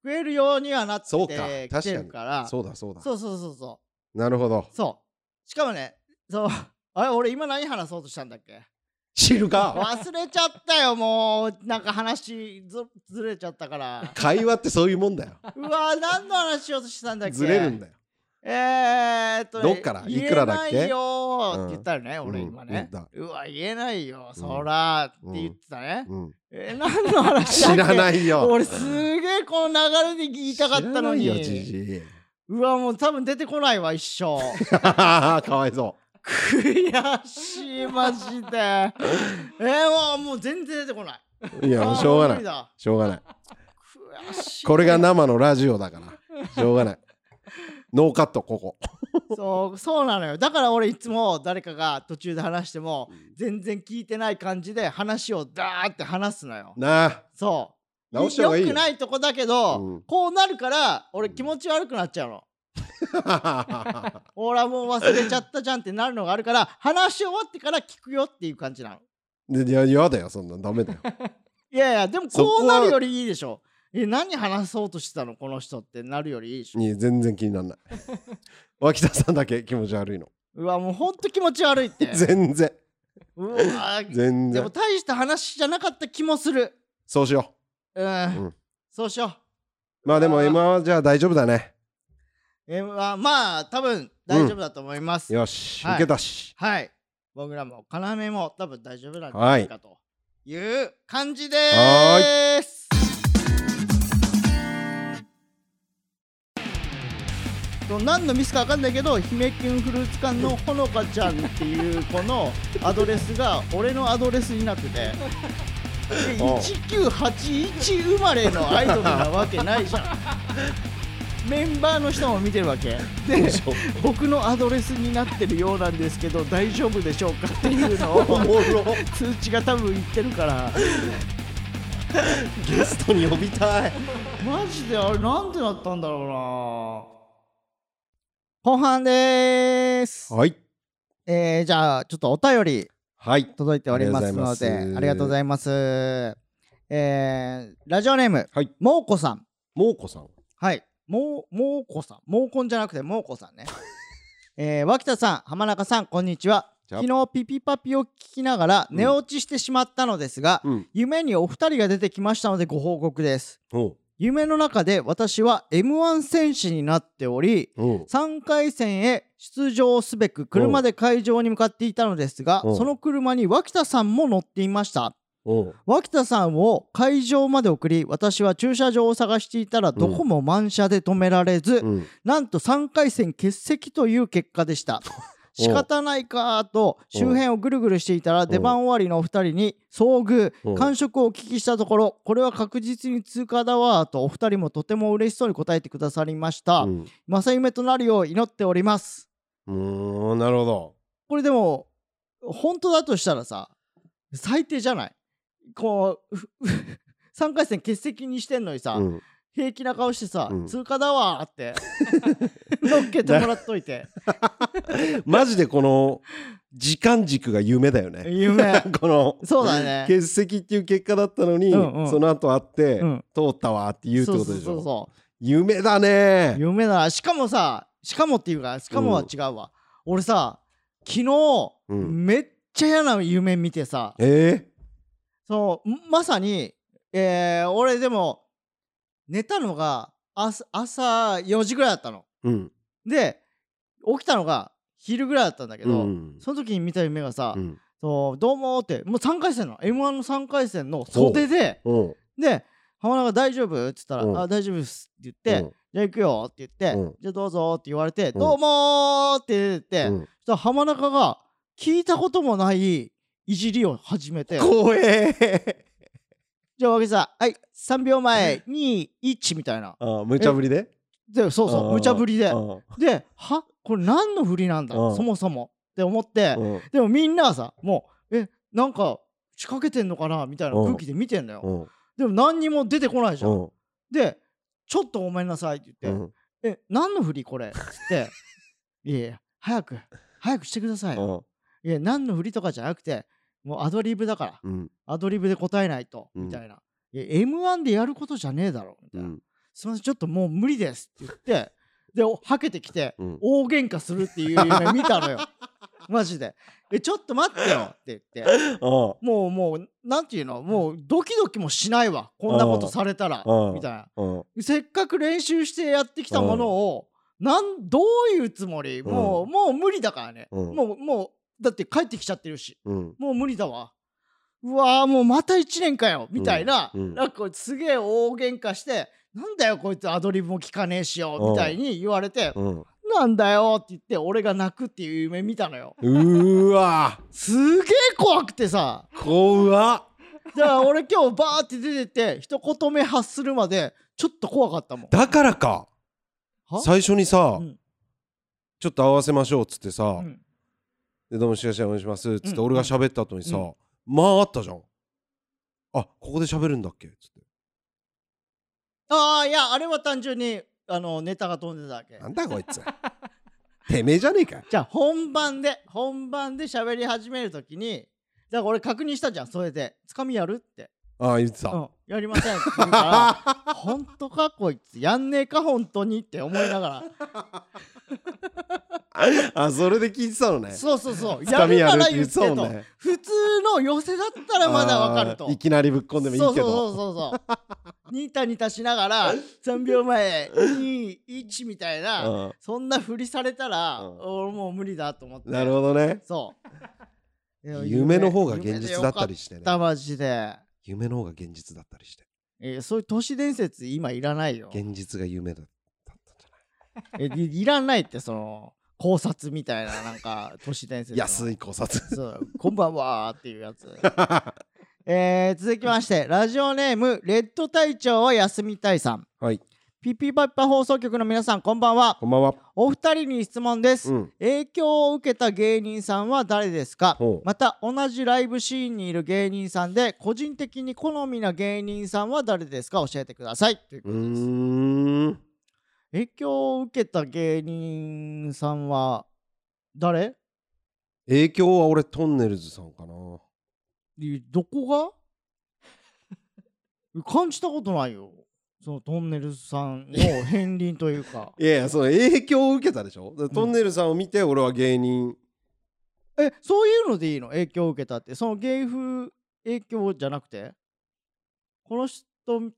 [SPEAKER 2] 食えるようにはなって
[SPEAKER 1] そうか
[SPEAKER 2] き
[SPEAKER 1] 確
[SPEAKER 2] て
[SPEAKER 1] か
[SPEAKER 2] る
[SPEAKER 1] に
[SPEAKER 2] から
[SPEAKER 1] そうだそうだ
[SPEAKER 2] そうそうそうそ
[SPEAKER 1] なるほど
[SPEAKER 2] うそうしかもねそうあれ俺今何話そうとしたんだっけ
[SPEAKER 1] 知る
[SPEAKER 2] <laughs>
[SPEAKER 1] か
[SPEAKER 2] 忘れちゃったよもうなんか話ずずれちゃっ
[SPEAKER 1] <laughs>
[SPEAKER 2] たから
[SPEAKER 1] 会話ってそういうもんだよ
[SPEAKER 2] うわ何の話しようとしてたんだっけ
[SPEAKER 1] ずれるんだよ
[SPEAKER 2] えーっと、ね、
[SPEAKER 1] どっからいくらだっけ
[SPEAKER 2] 言えないよーって言ったよね、
[SPEAKER 1] うん
[SPEAKER 2] 俺今ね、
[SPEAKER 1] うん
[SPEAKER 2] うわ言えないよそらーって言ってたね、
[SPEAKER 1] うん
[SPEAKER 2] えー何の話だっ
[SPEAKER 1] 知
[SPEAKER 2] け
[SPEAKER 1] らないよ
[SPEAKER 2] 俺すげえこの流れで言いたかったの
[SPEAKER 1] 知らないよじ
[SPEAKER 2] に
[SPEAKER 1] じいう <laughs>
[SPEAKER 2] わもう多分出てこないわ一生
[SPEAKER 1] かわいそ
[SPEAKER 2] 悔しいマジでえー、もうもう全然出てこないう
[SPEAKER 1] いやもうしょうがない
[SPEAKER 2] い
[SPEAKER 1] しょうがない
[SPEAKER 2] 悔しい
[SPEAKER 1] これが生のラジオだからしょうがないノーカットここ
[SPEAKER 2] そうそうなのよだから俺いつも誰かが途中で話しても全然聞いてない感じで話をダーって話すのよ
[SPEAKER 1] なあ
[SPEAKER 2] そう
[SPEAKER 1] 直した方がいいよ
[SPEAKER 2] 良くないとこだけど、
[SPEAKER 1] うん
[SPEAKER 2] こうなるから俺気持ち悪くなっちゃうの
[SPEAKER 1] あ
[SPEAKER 2] 俺はもう忘れちゃったじゃんってなるのがあるから話し終わってから聞くよっていう感じな
[SPEAKER 1] <laughs>
[SPEAKER 2] の
[SPEAKER 1] いややだよそんなんダメだよ
[SPEAKER 2] いやいやでも
[SPEAKER 1] そこは
[SPEAKER 2] こうなるよりいいでしょえ何話そうとしてたのこの人ってなるよりいいでしょ
[SPEAKER 1] いや全然気になら
[SPEAKER 2] <laughs>
[SPEAKER 1] ない脇田さんだけ気持ち悪いの
[SPEAKER 2] うわもうほんと気持ち悪いって
[SPEAKER 1] <laughs> 全然
[SPEAKER 2] うわ
[SPEAKER 1] 全
[SPEAKER 2] でも
[SPEAKER 1] 然
[SPEAKER 2] 大した話じゃなかった気もする
[SPEAKER 1] そうしよ
[SPEAKER 2] うん、
[SPEAKER 1] うん
[SPEAKER 2] そうしよう
[SPEAKER 1] うまあでも
[SPEAKER 2] あー
[SPEAKER 1] M はじゃあ大丈夫だね
[SPEAKER 2] えーまあまあ多分大丈夫だと思います、
[SPEAKER 1] よし、
[SPEAKER 2] はい
[SPEAKER 1] 受けたし
[SPEAKER 2] はい僕らも要も多分大丈夫なんじゃ
[SPEAKER 1] は
[SPEAKER 2] ないいかという感じでーすと何のミスか分かんないけど姫きんフルーツ館のほのかちゃんっていう子のアドレスが俺のアドレスになっててで
[SPEAKER 1] <laughs> おう
[SPEAKER 2] 1981生まれのアイドルなわけないじゃんメンバーの人も見てるわけで僕のアドレスになってるようなんですけど大丈夫でしょうかっていうの
[SPEAKER 1] お
[SPEAKER 2] <laughs> を
[SPEAKER 1] もろ
[SPEAKER 2] 通知が多分言ってるから
[SPEAKER 1] ゲストに呼びたい
[SPEAKER 2] マジであれなんでなったんだろうな後半でーす、
[SPEAKER 1] はい
[SPEAKER 2] えー、じゃあちょっとお便り
[SPEAKER 1] はい
[SPEAKER 2] 届いておりますのであ
[SPEAKER 1] あ
[SPEAKER 2] り
[SPEAKER 1] りが
[SPEAKER 2] がと
[SPEAKER 1] とうご
[SPEAKER 2] うござ
[SPEAKER 1] ざ
[SPEAKER 2] いますえー、ラジオネーム
[SPEAKER 1] はい
[SPEAKER 2] もうこさん
[SPEAKER 1] もうこさん
[SPEAKER 2] はい。もう、もうこさん。もうこんじゃなくて、もうこさ
[SPEAKER 1] <laughs>
[SPEAKER 2] んね。えー、脇田さん、浜中さん、こんにちは。
[SPEAKER 1] じゃあ
[SPEAKER 2] 昨日、ピピパピを聞きながら
[SPEAKER 1] うん
[SPEAKER 2] 寝落ちしてしまったのですが、
[SPEAKER 1] うん
[SPEAKER 2] 夢にお二人が出てきましたのでご報告です。
[SPEAKER 1] おう
[SPEAKER 2] 夢の中で私は M1 選手になっており、
[SPEAKER 1] おう
[SPEAKER 2] 3回戦へ出場すべく車で会場に向かっていたのですが
[SPEAKER 1] うん
[SPEAKER 2] その車に脇田さんも乗っていました
[SPEAKER 1] うん
[SPEAKER 2] 脇田さんを会場まで送り私は駐車場を探していたらどこも満車で止められず、
[SPEAKER 1] うん
[SPEAKER 2] なんと3回戦欠席という結果でした
[SPEAKER 1] <laughs>
[SPEAKER 2] 仕方ないかと周辺をぐるぐるしていたら出番終わりのお二人に遭遇
[SPEAKER 1] うん
[SPEAKER 2] 感触をお聞きしたところこれは確実に通過だわとお二人もとても嬉しそうに答えてくださりました
[SPEAKER 1] うん
[SPEAKER 2] 正夢となるよう祈っております
[SPEAKER 1] うーんなるほど
[SPEAKER 2] これでも本当だとしたらさ最低じゃないこうふ <laughs> 3回戦欠席にしてんのにさ、
[SPEAKER 1] うん
[SPEAKER 2] 平気な顔してさ、
[SPEAKER 1] うん
[SPEAKER 2] 通過だわーって
[SPEAKER 1] <laughs>
[SPEAKER 2] 乗っけてもらっといて
[SPEAKER 1] マジでこの時間軸が夢だよね
[SPEAKER 2] 夢
[SPEAKER 1] <laughs> この
[SPEAKER 2] そうだね
[SPEAKER 1] 欠席っていう結果だったのに、
[SPEAKER 2] うんうん
[SPEAKER 1] その後会って、
[SPEAKER 2] うん
[SPEAKER 1] 通ったわって言うってことでしょ
[SPEAKER 2] そうそうそう
[SPEAKER 1] 夢だ
[SPEAKER 2] そう
[SPEAKER 1] ね
[SPEAKER 2] 夢だなしかもさしかもっていうかしかもは違うわ、俺さ昨日、
[SPEAKER 1] うん
[SPEAKER 2] めっちゃ嫌な夢見てさ
[SPEAKER 1] え
[SPEAKER 2] そうままさに、えー俺でも寝たのが朝朝4時ぐらいだったの
[SPEAKER 1] ー、うん
[SPEAKER 2] で起きたのが昼ぐらいだったんだけ
[SPEAKER 1] う
[SPEAKER 2] ど、
[SPEAKER 1] ん
[SPEAKER 2] その時に見た夢がさ「
[SPEAKER 1] うん
[SPEAKER 2] そうどうも」ってもう3回戦の m 1の3回戦の袖で
[SPEAKER 1] うん
[SPEAKER 2] で浜中大丈夫っつったら「
[SPEAKER 1] うん
[SPEAKER 2] あ大丈夫っす」って言って、
[SPEAKER 1] うん
[SPEAKER 2] じゃあ行くよって言って、
[SPEAKER 1] うん
[SPEAKER 2] じゃあどうぞって言われて、
[SPEAKER 1] うん
[SPEAKER 2] どうもーって出てって、
[SPEAKER 1] う
[SPEAKER 2] そし
[SPEAKER 1] ん
[SPEAKER 2] たら浜中が聞いたこともないいじりを始めて、
[SPEAKER 1] 怖え
[SPEAKER 2] じゃあ脇さん、はい、3秒前、2、1みたいな。
[SPEAKER 1] あー無茶ぶりで
[SPEAKER 2] で、そう
[SPEAKER 1] あ
[SPEAKER 2] そう、
[SPEAKER 1] ー
[SPEAKER 2] 無茶ぶりで
[SPEAKER 1] あ。ー
[SPEAKER 2] で、はこれ何の振りなんだ、
[SPEAKER 1] うん
[SPEAKER 2] そもそもって思って、
[SPEAKER 1] うん
[SPEAKER 2] でもみんなはさ、もう、え、なんか仕掛けてんのかなみたいな
[SPEAKER 1] うん
[SPEAKER 2] 空気で見てんだよ。
[SPEAKER 1] うん
[SPEAKER 2] でも何にも出てこないじゃ。
[SPEAKER 1] うんん
[SPEAKER 2] で、ちょっとごめんなさいって
[SPEAKER 1] う
[SPEAKER 2] 言って、
[SPEAKER 1] ん
[SPEAKER 2] え、何の振りこれっ
[SPEAKER 1] <laughs>
[SPEAKER 2] つって、いやいや、早く、早くしてください。いや、何の振りとかじゃなくて、もうアドリブだから、
[SPEAKER 1] うん
[SPEAKER 2] アドリブで答えないと、
[SPEAKER 1] うん
[SPEAKER 2] みたいな。いや、M1 でやることじゃねえだろ、みた
[SPEAKER 1] う
[SPEAKER 2] いな。
[SPEAKER 1] ん
[SPEAKER 2] すみません、ちょっともう無理ですって言って、で、おはけてきて、
[SPEAKER 1] うん
[SPEAKER 2] 大喧嘩するっていう夢見たの
[SPEAKER 1] <laughs>
[SPEAKER 2] よ。マジで。え、ちょっと待ってよって言って、
[SPEAKER 1] ああ
[SPEAKER 2] もう、もう、なんていうの、もう、ドキドキもしないわ、こんなことされたら
[SPEAKER 1] う、ん
[SPEAKER 2] みたいな。
[SPEAKER 1] うん
[SPEAKER 2] せっかく練習してやってきたものを、なんどういうつもり
[SPEAKER 1] うん
[SPEAKER 2] もう、もう無理だからね。
[SPEAKER 1] うん
[SPEAKER 2] もう、もう、だって帰ってきちゃってるし。
[SPEAKER 1] うん
[SPEAKER 2] もう無理だわ。うわーもうまた1年かよみたいな、
[SPEAKER 1] うんうん
[SPEAKER 2] なんかこうすげえ大喧嘩して、なんだよこいつアドリブも聞かねえしよみたいに言われて、
[SPEAKER 1] うん
[SPEAKER 2] なんだよって言って俺が泣くっていう夢見たのよ。
[SPEAKER 1] うーわ
[SPEAKER 2] すげえ怖くてさ、
[SPEAKER 1] 怖っ
[SPEAKER 2] だから俺今日バーって出てって一言目発するまでちょっと怖かったもん。
[SPEAKER 1] だからか
[SPEAKER 2] は
[SPEAKER 1] 最初にさ、
[SPEAKER 2] うん
[SPEAKER 1] ちょっと合わせましょうっつってさ「
[SPEAKER 2] うん
[SPEAKER 1] でどうもしがしお願いします」っつって、
[SPEAKER 2] うん
[SPEAKER 1] 俺が喋った後にさ、
[SPEAKER 2] う
[SPEAKER 1] まああったじゃんあここで喋るんだっけっつって
[SPEAKER 2] ああいやあれは単純にあのネタが飛んでただけ。
[SPEAKER 1] なんだこいつてめえじゃねえか
[SPEAKER 2] じゃあ本番で本番で喋り始めるときにだから俺確認したじゃんそれで「つかみやる?」って
[SPEAKER 1] ああ言って
[SPEAKER 2] 「
[SPEAKER 1] た、
[SPEAKER 2] うん、やりません」って言うか
[SPEAKER 1] <laughs>
[SPEAKER 2] ら本当かこいつやんねえか本当にって思い
[SPEAKER 1] <laughs>
[SPEAKER 2] なが
[SPEAKER 1] あそれで聞いてたのね
[SPEAKER 2] らそうそうそう
[SPEAKER 1] つかみや
[SPEAKER 2] やる
[SPEAKER 1] る
[SPEAKER 2] な
[SPEAKER 1] っ
[SPEAKER 2] ら
[SPEAKER 1] て
[SPEAKER 2] 言
[SPEAKER 1] 言
[SPEAKER 2] っ
[SPEAKER 1] ってて
[SPEAKER 2] と
[SPEAKER 1] たもんね
[SPEAKER 2] 普通の寄せだったらまだわかると
[SPEAKER 1] あーいきなりぶっこんでもいいけど
[SPEAKER 2] そうそうそうそうそうニタニタしながら3秒前21みたいな
[SPEAKER 1] うん
[SPEAKER 2] そんなふりされたら、
[SPEAKER 1] うん
[SPEAKER 2] 俺もう無理だと思って
[SPEAKER 1] なるほどね
[SPEAKER 2] そう。
[SPEAKER 1] 夢の方が現実だったりしてね
[SPEAKER 2] 夢でよかったマジで。
[SPEAKER 1] 夢の方が現実だったりして
[SPEAKER 2] えーそういう都市伝説今いらないよ。
[SPEAKER 1] 現実が夢だったんじゃない
[SPEAKER 2] えいいらないってその考察みたいななんか都市伝説の。
[SPEAKER 1] 安い考察
[SPEAKER 2] そうこんばんはーっていうやつ。えー続きましてラジオネームレッド隊長は休みたいさん。
[SPEAKER 1] はい
[SPEAKER 2] ピッピーパッパ放送局の皆さんこんばんは。
[SPEAKER 1] <laughs> こんばんは
[SPEAKER 2] お二人に質問です。
[SPEAKER 1] うん
[SPEAKER 2] 影響を受けた芸人さんは誰ですか
[SPEAKER 1] ほう
[SPEAKER 2] また同じライブシーンにいる芸人さんで個人的に好みな芸人さんは誰ですか教えてくださいというこ
[SPEAKER 1] う
[SPEAKER 2] とです
[SPEAKER 1] ーん
[SPEAKER 2] 影響を受けた芸人さんは誰
[SPEAKER 1] 影響は俺トンネルズさんかな
[SPEAKER 2] えどこが感じたことないよそのトンネルズさんの片鱗というか
[SPEAKER 1] <laughs> いやいやその影響を受けたでしょだからトンネルズさんを見て俺は芸人
[SPEAKER 2] えそういうのでいいの影響を受けたってその芸風影響じゃなくてこの人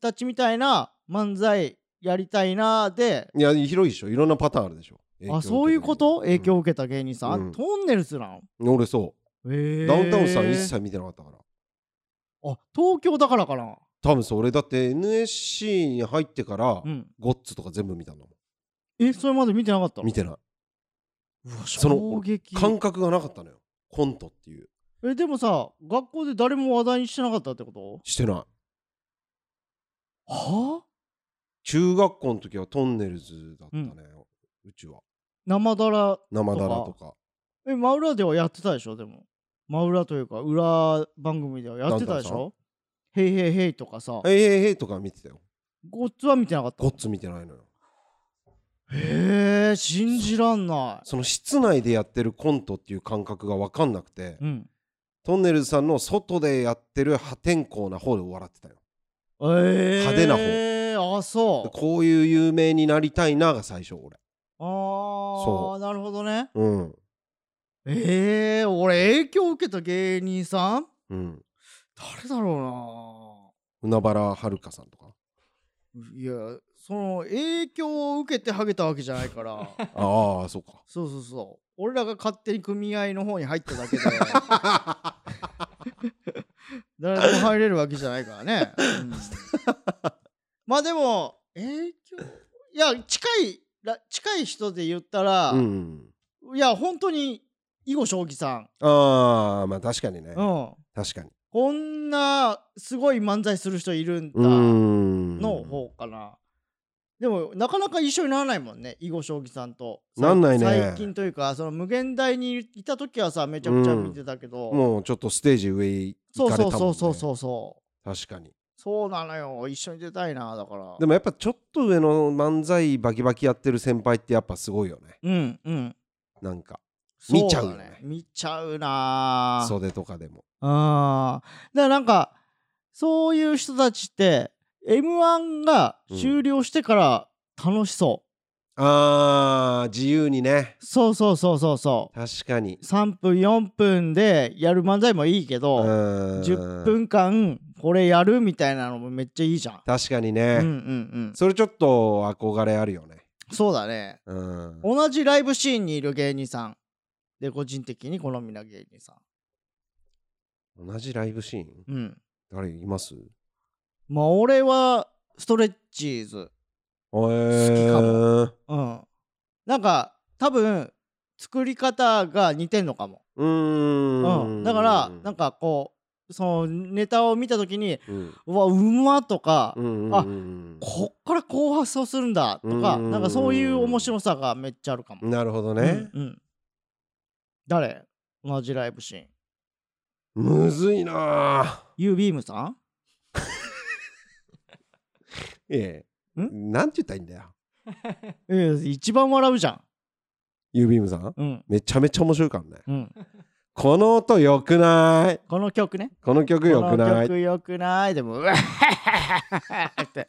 [SPEAKER 2] たちみたいな漫才やりたいなーで
[SPEAKER 1] いや広いでしょいろんなパターンあるでしょ影響を
[SPEAKER 2] あ
[SPEAKER 1] 受けた芸人
[SPEAKER 2] そういうこと影響を受けた芸人さん、
[SPEAKER 1] うん
[SPEAKER 2] トンネルズなの
[SPEAKER 1] うん俺そ
[SPEAKER 2] ダウ
[SPEAKER 1] うダウンタウンさん一切見てなかったから
[SPEAKER 2] あ東京だからかな
[SPEAKER 1] 多分そう俺だって NSC に入ってから
[SPEAKER 2] うん
[SPEAKER 1] ゴッツとか全部見たの
[SPEAKER 2] えそれまで見てなかったの
[SPEAKER 1] 見てないう
[SPEAKER 2] わ
[SPEAKER 1] その
[SPEAKER 2] 衝撃
[SPEAKER 1] 感覚がなかったのよコントっていう
[SPEAKER 2] えでもさ学校で誰も話題にしてなかったってこと
[SPEAKER 1] してない
[SPEAKER 2] はあ
[SPEAKER 1] 中学校の時はトンネルズだったね、うちは
[SPEAKER 2] 生だら
[SPEAKER 1] 生だらとか
[SPEAKER 2] え真裏ではやってたでしょでも真裏というか裏番組ではやってたでし
[SPEAKER 1] ダウンタウ
[SPEAKER 2] ょ「へいへいへい」とかさ
[SPEAKER 1] 「へいへいへい」とか見てたよ
[SPEAKER 2] ごっつは見てなかった
[SPEAKER 1] ゴッツ見てないのよ
[SPEAKER 2] へえ信じらんな
[SPEAKER 1] その室内でやってるコントっていう感覚が分かんなくて、
[SPEAKER 2] いうん
[SPEAKER 1] トンネルズさんの外でやってる破天荒な方で笑ってたよ
[SPEAKER 2] えー、
[SPEAKER 1] 派手な
[SPEAKER 2] 方あそう
[SPEAKER 1] こういう有名になりたいなが最初俺
[SPEAKER 2] あ
[SPEAKER 1] そ
[SPEAKER 2] あなるほどね
[SPEAKER 1] うん
[SPEAKER 2] えー、俺影響を受けた芸人さん
[SPEAKER 1] うん
[SPEAKER 2] 誰だろ
[SPEAKER 1] 海原はるかさんとか
[SPEAKER 2] うないやその影響を受けてハゲたわけじゃないから
[SPEAKER 1] ああそうか
[SPEAKER 2] そうそうそう俺らが勝手に組合の方に入った
[SPEAKER 1] <laughs>
[SPEAKER 2] だけで <laughs> 誰でも入れるわけじゃないからね、
[SPEAKER 1] <laughs>
[SPEAKER 2] うんまあでも影響いや近いら近い人で言ったら、
[SPEAKER 1] うんうん
[SPEAKER 2] いや本当に囲碁将棋さん、
[SPEAKER 1] ああまあ確かにね、
[SPEAKER 2] うん、
[SPEAKER 1] 確かに
[SPEAKER 2] こんなすごい漫才する人いるんだ
[SPEAKER 1] うーん
[SPEAKER 2] の方かな、でもなかなか一緒にならないもんね囲碁将棋さんと
[SPEAKER 1] なんないね
[SPEAKER 2] 最近というかその無限大にいた時はさめちゃくちゃ見てたけど、
[SPEAKER 1] もうちょっとステージ上行
[SPEAKER 2] そう
[SPEAKER 1] かれ
[SPEAKER 2] そ
[SPEAKER 1] たもん、
[SPEAKER 2] う
[SPEAKER 1] ね、
[SPEAKER 2] そうそうそうそう
[SPEAKER 1] 確かに
[SPEAKER 2] そうなのよ一緒に出たいなだから
[SPEAKER 1] でもやっぱちょっと上の漫才バキバキやってる先輩ってやっぱすごいよね
[SPEAKER 2] うんうん
[SPEAKER 1] なんか
[SPEAKER 2] そ
[SPEAKER 1] 見
[SPEAKER 2] う
[SPEAKER 1] ちゃ
[SPEAKER 2] だ
[SPEAKER 1] うよ
[SPEAKER 2] ね
[SPEAKER 1] ね
[SPEAKER 2] 見ちゃうなあ
[SPEAKER 1] 袖とかでも
[SPEAKER 2] あーだからなんかそういう人たちって m 1が終了してから楽しそ
[SPEAKER 1] あー自由にね
[SPEAKER 2] う、そうそうそうそうそ
[SPEAKER 1] 確かに
[SPEAKER 2] う3分4分でやる漫才もいいけど、
[SPEAKER 1] 10
[SPEAKER 2] 10分間これやるみたいなのもめっちゃいいじゃん。
[SPEAKER 1] 確かに
[SPEAKER 2] うん
[SPEAKER 1] ね、
[SPEAKER 2] うんうん、
[SPEAKER 1] それちょっと憧れあるよね
[SPEAKER 2] そうだね
[SPEAKER 1] うん
[SPEAKER 2] 同じライブシーンにいる芸人さんで個人的に好みな芸人さ
[SPEAKER 1] 同じライブシーン
[SPEAKER 2] ん、うん、
[SPEAKER 1] 誰います
[SPEAKER 2] まあ俺はストレッチーズ、
[SPEAKER 1] え
[SPEAKER 2] きか
[SPEAKER 1] ー、
[SPEAKER 2] うん、なんか多分作り方が似てんのかも、
[SPEAKER 1] う
[SPEAKER 2] う
[SPEAKER 1] ー
[SPEAKER 2] ん
[SPEAKER 1] ん
[SPEAKER 2] だからなんかこうそのネタを見た時に
[SPEAKER 1] うん
[SPEAKER 2] うわうまとか、
[SPEAKER 1] うんうんうん
[SPEAKER 2] あ
[SPEAKER 1] うん
[SPEAKER 2] こっからこう発想するんだとか、
[SPEAKER 1] うん
[SPEAKER 2] なんかそういう面白さがめっちゃあるかも。
[SPEAKER 1] なるほどね、
[SPEAKER 2] うんうん誰同じライブシーン
[SPEAKER 1] むずいなあ
[SPEAKER 2] ユービームさん
[SPEAKER 1] ええなんて言ったらいいんだよ
[SPEAKER 2] ええ一番笑うじゃん
[SPEAKER 1] ユービームさん
[SPEAKER 2] うん
[SPEAKER 1] めちゃめちゃ面白いからね
[SPEAKER 2] うん
[SPEAKER 1] この音よくない
[SPEAKER 2] この曲ね
[SPEAKER 1] この曲よく
[SPEAKER 2] この
[SPEAKER 1] ない
[SPEAKER 2] 曲よくないでもうわっって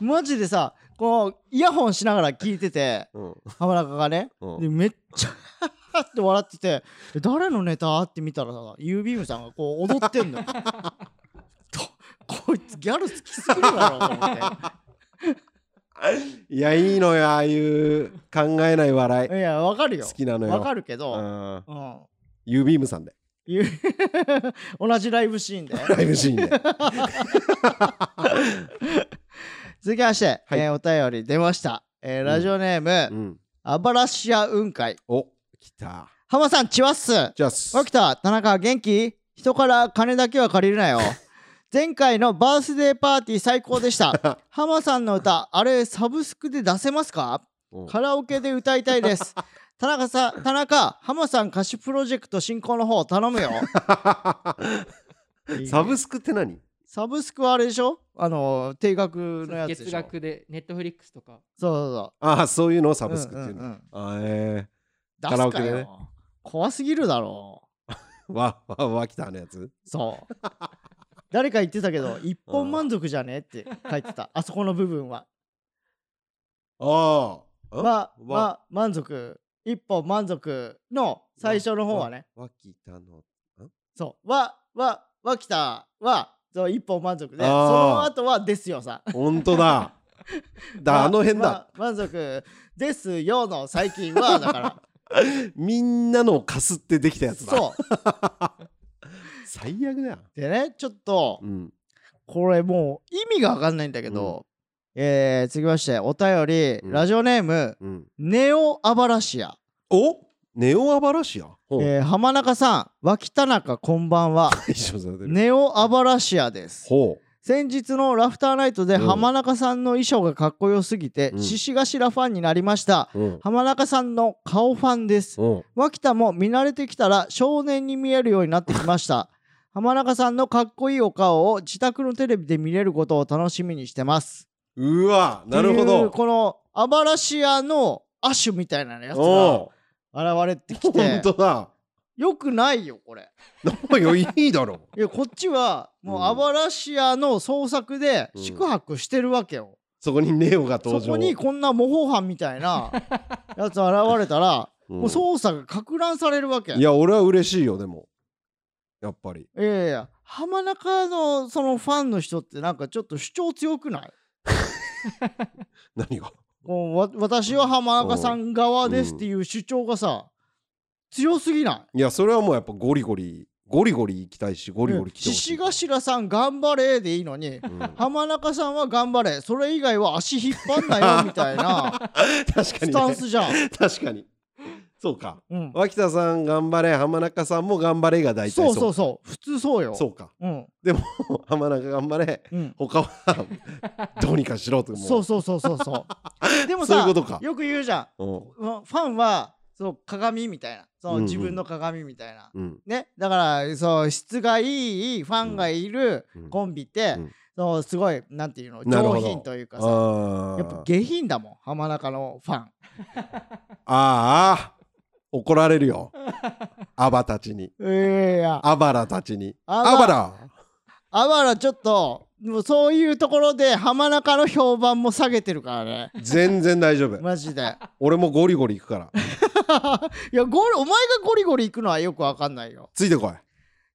[SPEAKER 2] マジでさこうイヤホンしながら聞いてて
[SPEAKER 1] うん
[SPEAKER 2] 浜中がね
[SPEAKER 1] うん
[SPEAKER 2] でめっちゃって笑っててで誰のネタって見たらさユービームさんがこう踊ってんのよとこいつギャル好きすぎるだろと思って。
[SPEAKER 1] いやいいのよああいう考えない笑い
[SPEAKER 2] いや、わかるよ。
[SPEAKER 1] 好きなのよ
[SPEAKER 2] わかるけど、
[SPEAKER 1] うん
[SPEAKER 2] うん。
[SPEAKER 1] ユービームさんで
[SPEAKER 2] ゆ <laughs> 同じライブシーンで。
[SPEAKER 1] ライブシーンで
[SPEAKER 2] <laughs> 続きまして、
[SPEAKER 1] はい
[SPEAKER 2] えーお便り出ました。えーラジオネーム、
[SPEAKER 1] うん
[SPEAKER 2] アバラシア雲海。
[SPEAKER 1] お来た
[SPEAKER 2] 浜さん、チワッス。
[SPEAKER 1] じゃあす
[SPEAKER 2] 起きた、田中、元気人から金だけは借りる
[SPEAKER 1] <laughs>
[SPEAKER 2] なよ。前回のバースデーパーティー最高で
[SPEAKER 1] <laughs>
[SPEAKER 2] した。浜さんの歌、あれ、サブスクで出せますか
[SPEAKER 1] うん
[SPEAKER 2] カラオケで歌いた
[SPEAKER 1] <laughs>
[SPEAKER 2] いです。田中さん、田中、浜さん歌手プロジェクト進行の方頼むよ。
[SPEAKER 1] <laughs> サブスクって何
[SPEAKER 2] サブスクはあれでしょあの定額のやつでしょ
[SPEAKER 3] 月額でネットフリックスとか
[SPEAKER 2] そうそうそう
[SPEAKER 1] ああそういうのをサブスクっていう
[SPEAKER 2] うんうんう
[SPEAKER 1] の
[SPEAKER 2] ん
[SPEAKER 1] あえ
[SPEAKER 2] 出
[SPEAKER 1] カラ
[SPEAKER 2] す
[SPEAKER 1] オケ
[SPEAKER 2] か
[SPEAKER 1] でね
[SPEAKER 2] よ、怖すぎるだろ
[SPEAKER 1] ーわわわきたのやつ
[SPEAKER 2] うそう誰か言ってた
[SPEAKER 1] <laughs>
[SPEAKER 2] けど一本満足じゃねって書いてたあそこの部分は
[SPEAKER 1] ああん
[SPEAKER 2] まあま
[SPEAKER 1] わ
[SPEAKER 2] あ満足一本満足の最初の方はね
[SPEAKER 1] わわきたの
[SPEAKER 2] そうわわわきたはそう一本満足で
[SPEAKER 1] あ
[SPEAKER 2] そ
[SPEAKER 1] ー
[SPEAKER 2] の後はですよさ
[SPEAKER 1] 本当
[SPEAKER 2] <laughs>
[SPEAKER 1] だだあの辺だ、
[SPEAKER 2] ま満足ですよの最近
[SPEAKER 1] <laughs>
[SPEAKER 2] はだから
[SPEAKER 1] みんなのを貸すってできたやつだ
[SPEAKER 2] そう
[SPEAKER 1] 最悪だよ
[SPEAKER 2] でねちょっと
[SPEAKER 1] うん
[SPEAKER 2] これもう意味が分かんないんだけど、えー、続きましてお便り、
[SPEAKER 1] うん
[SPEAKER 2] ラジオネーム
[SPEAKER 1] うん
[SPEAKER 2] ネオアバラシア、
[SPEAKER 1] おネオアバラシアほう
[SPEAKER 2] えー浜中さん脇田中こんば
[SPEAKER 1] <laughs>
[SPEAKER 2] んは
[SPEAKER 1] 一緒にされてる
[SPEAKER 2] ネオアバラシアです
[SPEAKER 1] ほ
[SPEAKER 2] 先日のラフターナイトで
[SPEAKER 1] うん
[SPEAKER 2] 浜中さんの衣装がかっこよすぎて、
[SPEAKER 1] うん
[SPEAKER 2] 獅子頭ファンになりました
[SPEAKER 1] ううん
[SPEAKER 2] 浜中さんの顔ファンです
[SPEAKER 1] うん
[SPEAKER 2] 脇田も見慣れてきたら少年に見えるようになってきました <laughs> 浜中さんのかっこいいお顔を自宅のテレビで見れることを楽しみにしてます
[SPEAKER 1] うわなるほ
[SPEAKER 2] っていう
[SPEAKER 1] ど
[SPEAKER 2] このアバラシアのアシュみたいなやつ
[SPEAKER 1] お
[SPEAKER 2] が現れて
[SPEAKER 1] う <laughs> 本
[SPEAKER 2] きて
[SPEAKER 1] 当だ
[SPEAKER 2] よくないよこれ
[SPEAKER 1] おいおいいいだろ
[SPEAKER 2] いやこっちはもう
[SPEAKER 1] うん
[SPEAKER 2] アバラシアの創作で
[SPEAKER 1] うん
[SPEAKER 2] 宿泊してるわけよ、
[SPEAKER 1] そこにネオが登
[SPEAKER 2] そ
[SPEAKER 1] 場
[SPEAKER 2] こにこんな模倣犯みたいな
[SPEAKER 1] <laughs>
[SPEAKER 2] やつ現れた
[SPEAKER 1] う
[SPEAKER 2] ら、
[SPEAKER 1] ん
[SPEAKER 2] もう捜査がか乱されるわけ
[SPEAKER 1] いや俺は嬉しいよでもやっぱり
[SPEAKER 2] いやいや浜中のそのファンの人ってなんかちょっと主張強くない
[SPEAKER 1] 何が
[SPEAKER 2] もうわ私は浜中さん側ですっていう主張がさ強すぎない
[SPEAKER 1] いやそれはもうやっぱゴリゴリゴリゴリ行きたいしゴリゴリ来て
[SPEAKER 2] 獅
[SPEAKER 1] ほしい
[SPEAKER 2] 子頭さん頑張れでいいのに
[SPEAKER 1] うん
[SPEAKER 2] <laughs>
[SPEAKER 1] 確
[SPEAKER 2] 浜中さんは頑張れそれ以外は足引っ張んなよみ
[SPEAKER 1] <laughs>
[SPEAKER 2] たいな
[SPEAKER 1] か
[SPEAKER 2] ス
[SPEAKER 1] に
[SPEAKER 2] タン
[SPEAKER 1] ね
[SPEAKER 2] スじゃん、
[SPEAKER 1] 確かにそうか
[SPEAKER 2] うん、
[SPEAKER 1] 脇田さん頑張れ浜中さんも頑張れが大体
[SPEAKER 2] そう
[SPEAKER 1] そ
[SPEAKER 2] そうそう普通そうよ
[SPEAKER 1] うそうか
[SPEAKER 2] うん
[SPEAKER 1] でも浜中頑張れ
[SPEAKER 2] うん
[SPEAKER 1] 他はどうにかしろとも
[SPEAKER 2] そうそうそうそうそう
[SPEAKER 1] <laughs>
[SPEAKER 2] でも
[SPEAKER 1] そういう
[SPEAKER 2] さ
[SPEAKER 1] ことか
[SPEAKER 2] よく言うじゃん
[SPEAKER 1] うん
[SPEAKER 2] ファファンはそう鏡みたいなそううん
[SPEAKER 1] うん
[SPEAKER 2] 自分の鏡みたいな、
[SPEAKER 1] うん
[SPEAKER 2] ね、だからそう質がいいファンがいる
[SPEAKER 1] うん
[SPEAKER 2] コンビって、
[SPEAKER 1] うん
[SPEAKER 2] そうすごいなんていうの
[SPEAKER 1] なるほ
[SPEAKER 2] 上
[SPEAKER 1] ど
[SPEAKER 2] 品というかさ
[SPEAKER 1] あ
[SPEAKER 2] やっぱ
[SPEAKER 1] ー
[SPEAKER 2] 下品だもん浜中のファン
[SPEAKER 1] あー怒られる
[SPEAKER 2] <laughs>
[SPEAKER 1] よアバたちに
[SPEAKER 2] いやいや
[SPEAKER 1] アバラたちに
[SPEAKER 2] アバ
[SPEAKER 1] アバラ
[SPEAKER 2] あばらちょっともうそういうところで浜中の評判も下げてるからね
[SPEAKER 1] 全然大
[SPEAKER 2] <laughs>
[SPEAKER 1] 丈夫
[SPEAKER 2] マジで
[SPEAKER 1] 俺もゴリゴリ行くから
[SPEAKER 2] いやゴリお前がゴリゴリ行くのはよくわかんないよ
[SPEAKER 1] ついてこい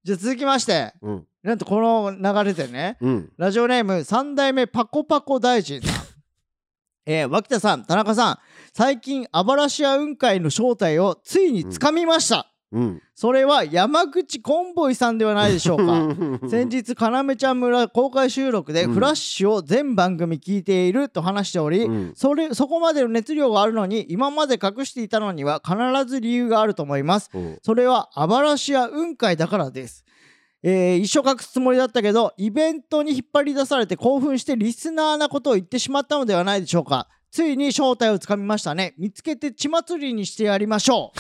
[SPEAKER 2] じゃあ続きまして
[SPEAKER 1] うん
[SPEAKER 2] なんとこの流れでね
[SPEAKER 1] うん
[SPEAKER 2] ラジオネーム三代目パコパコ大臣さん。えー、脇田さん、田中さん、最近、アバラシア雲海の正体をついにつかみました。
[SPEAKER 1] うん
[SPEAKER 2] それは山口コンボイさんではないでしょうか。先日、かなめちゃん村公開収録で
[SPEAKER 1] うん
[SPEAKER 2] フラッシュを全番組聞いていると話しており、
[SPEAKER 1] うん
[SPEAKER 2] それそこまでの熱量があるのに今まで隠していたのには必ず理由があると思います
[SPEAKER 1] うん
[SPEAKER 2] それはアバラシア雲海だからです。えー一生隠すつもりだったけどイベントに引っ張り出されて興奮してリスナーなことを言ってしまったのではないでしょうかついに正体をつかみましたね見つけて血祭りにしてやりましょ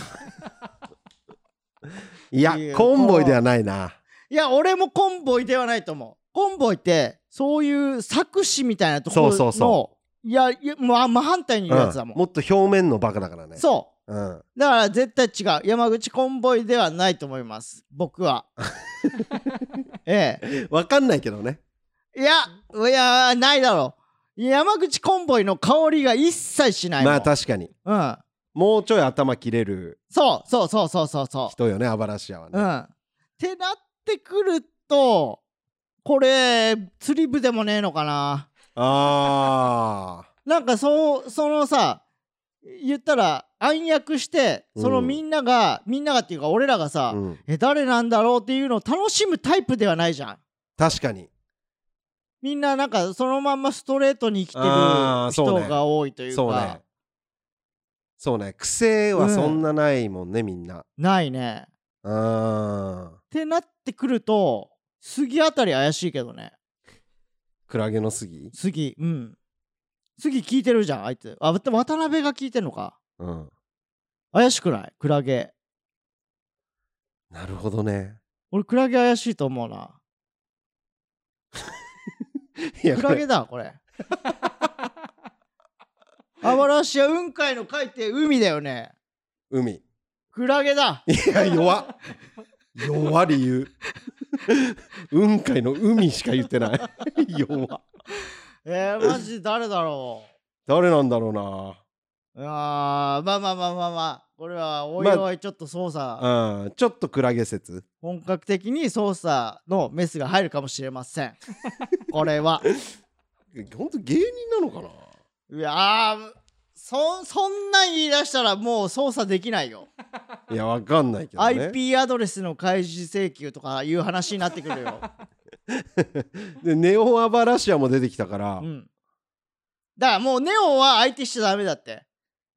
[SPEAKER 1] いや
[SPEAKER 2] いや
[SPEAKER 1] コンボイではないな
[SPEAKER 2] ういや俺もコンボイではないと思うコンボイってそういう作詞みたいなところの
[SPEAKER 1] そうそうそ
[SPEAKER 2] いやいやもうあ真反対にいるやつだもん、
[SPEAKER 1] うんもっと表面のバカだからね、
[SPEAKER 2] そう
[SPEAKER 1] ん、
[SPEAKER 2] うだから絶対違う山口コンボイではないと思います
[SPEAKER 1] <laughs>
[SPEAKER 2] 僕はええ
[SPEAKER 1] 分かんないけどね
[SPEAKER 2] いや、いや、ないだろう。山口コンボイの香りが一切しないもん。
[SPEAKER 1] まあ確かに
[SPEAKER 2] うん。
[SPEAKER 1] もうちょい頭切れる
[SPEAKER 2] そうそうそうそうそうそ
[SPEAKER 1] 人よねアバラシアは
[SPEAKER 2] う。う
[SPEAKER 1] ね、
[SPEAKER 2] ん。ってなってくると、これ、釣り部でもねえのかな。
[SPEAKER 1] ああ
[SPEAKER 2] なんかそう、そのさ、言ったら暗躍して、その
[SPEAKER 1] うん
[SPEAKER 2] みんなが、みんながっていうか俺らがさ、
[SPEAKER 1] うん、
[SPEAKER 2] え、誰なんだろうっていうのを楽しむタイプではないじゃん。
[SPEAKER 1] 確かに
[SPEAKER 2] みんななんかそのまんまストレートに生きてる
[SPEAKER 1] あーそうね
[SPEAKER 2] 人が多いというか、
[SPEAKER 1] そうねそうね癖はそんなないもんね、みんな
[SPEAKER 2] ないね。
[SPEAKER 1] あー
[SPEAKER 2] ってなってくると杉あたり怪しいけどね
[SPEAKER 1] クラゲの杉
[SPEAKER 2] 杉うん杉聞いてるじゃんあいつあわた渡辺が聞いてんのか
[SPEAKER 1] うん
[SPEAKER 2] 怪しくないクラゲ
[SPEAKER 1] なるほどね
[SPEAKER 2] 俺クラゲ怪しいと思うない
[SPEAKER 1] や
[SPEAKER 2] ク
[SPEAKER 1] こ
[SPEAKER 2] ラ
[SPEAKER 1] れ
[SPEAKER 2] ゲだこれアバラシア雲海の海って海だよね
[SPEAKER 1] 海
[SPEAKER 2] クラゲだ
[SPEAKER 1] いや
[SPEAKER 2] <laughs>
[SPEAKER 1] 弱っ弱理由雲海の海しか言ってない弱
[SPEAKER 2] えー、マジで誰だろ
[SPEAKER 1] 誰なんだろうな
[SPEAKER 2] うあーまあまあまあまあまあこれはおい
[SPEAKER 1] まあ
[SPEAKER 2] おいちょっと捜査、
[SPEAKER 1] うんちょっとクラゲ説
[SPEAKER 2] 本格的に捜査のメスが入るかもしれませんこれは
[SPEAKER 1] 本当芸人なのかない
[SPEAKER 2] やーそそんなん言い出したらもう操作できないよ、
[SPEAKER 1] いやわかんないけどね
[SPEAKER 2] IP アドレスの開示請求とかいう話になってく
[SPEAKER 1] <laughs>
[SPEAKER 2] るよ、
[SPEAKER 1] でネオアバラシアも出てきたから、
[SPEAKER 2] うん、だからもうネオは相手しちゃダメだって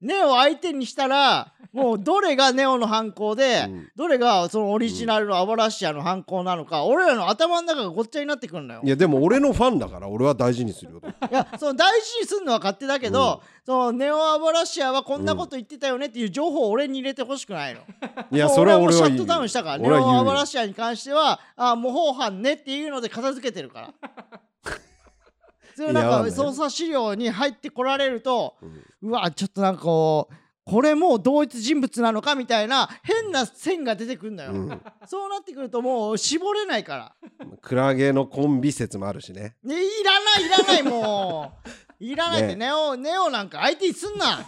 [SPEAKER 2] ネオを相手にしたらもうどれがネオの犯行で、
[SPEAKER 1] うん
[SPEAKER 2] どれがそのオリジナルのアバラシアの犯行なのか、俺らの頭の中がごっちゃになってくるのよ
[SPEAKER 1] いやでも俺のファンだから俺は大事にするよ
[SPEAKER 2] いやその大事にするのは勝手だけど、そのネオアバラシアはこんなこと言ってたよねっていう情報を俺に入れてほしくないの。
[SPEAKER 1] いや
[SPEAKER 2] もう
[SPEAKER 1] それは
[SPEAKER 2] もう
[SPEAKER 1] 俺
[SPEAKER 2] シ
[SPEAKER 1] は
[SPEAKER 2] ャ
[SPEAKER 1] 言
[SPEAKER 2] ッ
[SPEAKER 1] う
[SPEAKER 2] トダウンしたからネ
[SPEAKER 1] 俺は言う
[SPEAKER 2] オ
[SPEAKER 1] よ
[SPEAKER 2] アバラシアに関してはあ模倣犯ねっていうので片付けて
[SPEAKER 1] <laughs>
[SPEAKER 2] るからそれ
[SPEAKER 1] いや
[SPEAKER 2] なん
[SPEAKER 1] わ
[SPEAKER 2] か
[SPEAKER 1] かんない
[SPEAKER 2] 捜査資料に入ってこられると、
[SPEAKER 1] うん
[SPEAKER 2] うわちょっとなんかこうこれもう同一人物なのかみたいな変な線が出てくるのよ、
[SPEAKER 1] うん
[SPEAKER 2] そうなってくるともう絞れないから
[SPEAKER 1] クラゲのコンビ説もあるしね
[SPEAKER 2] ね、いらないいらないもういらないって、
[SPEAKER 1] ね
[SPEAKER 2] ネオネオなんか IT すんな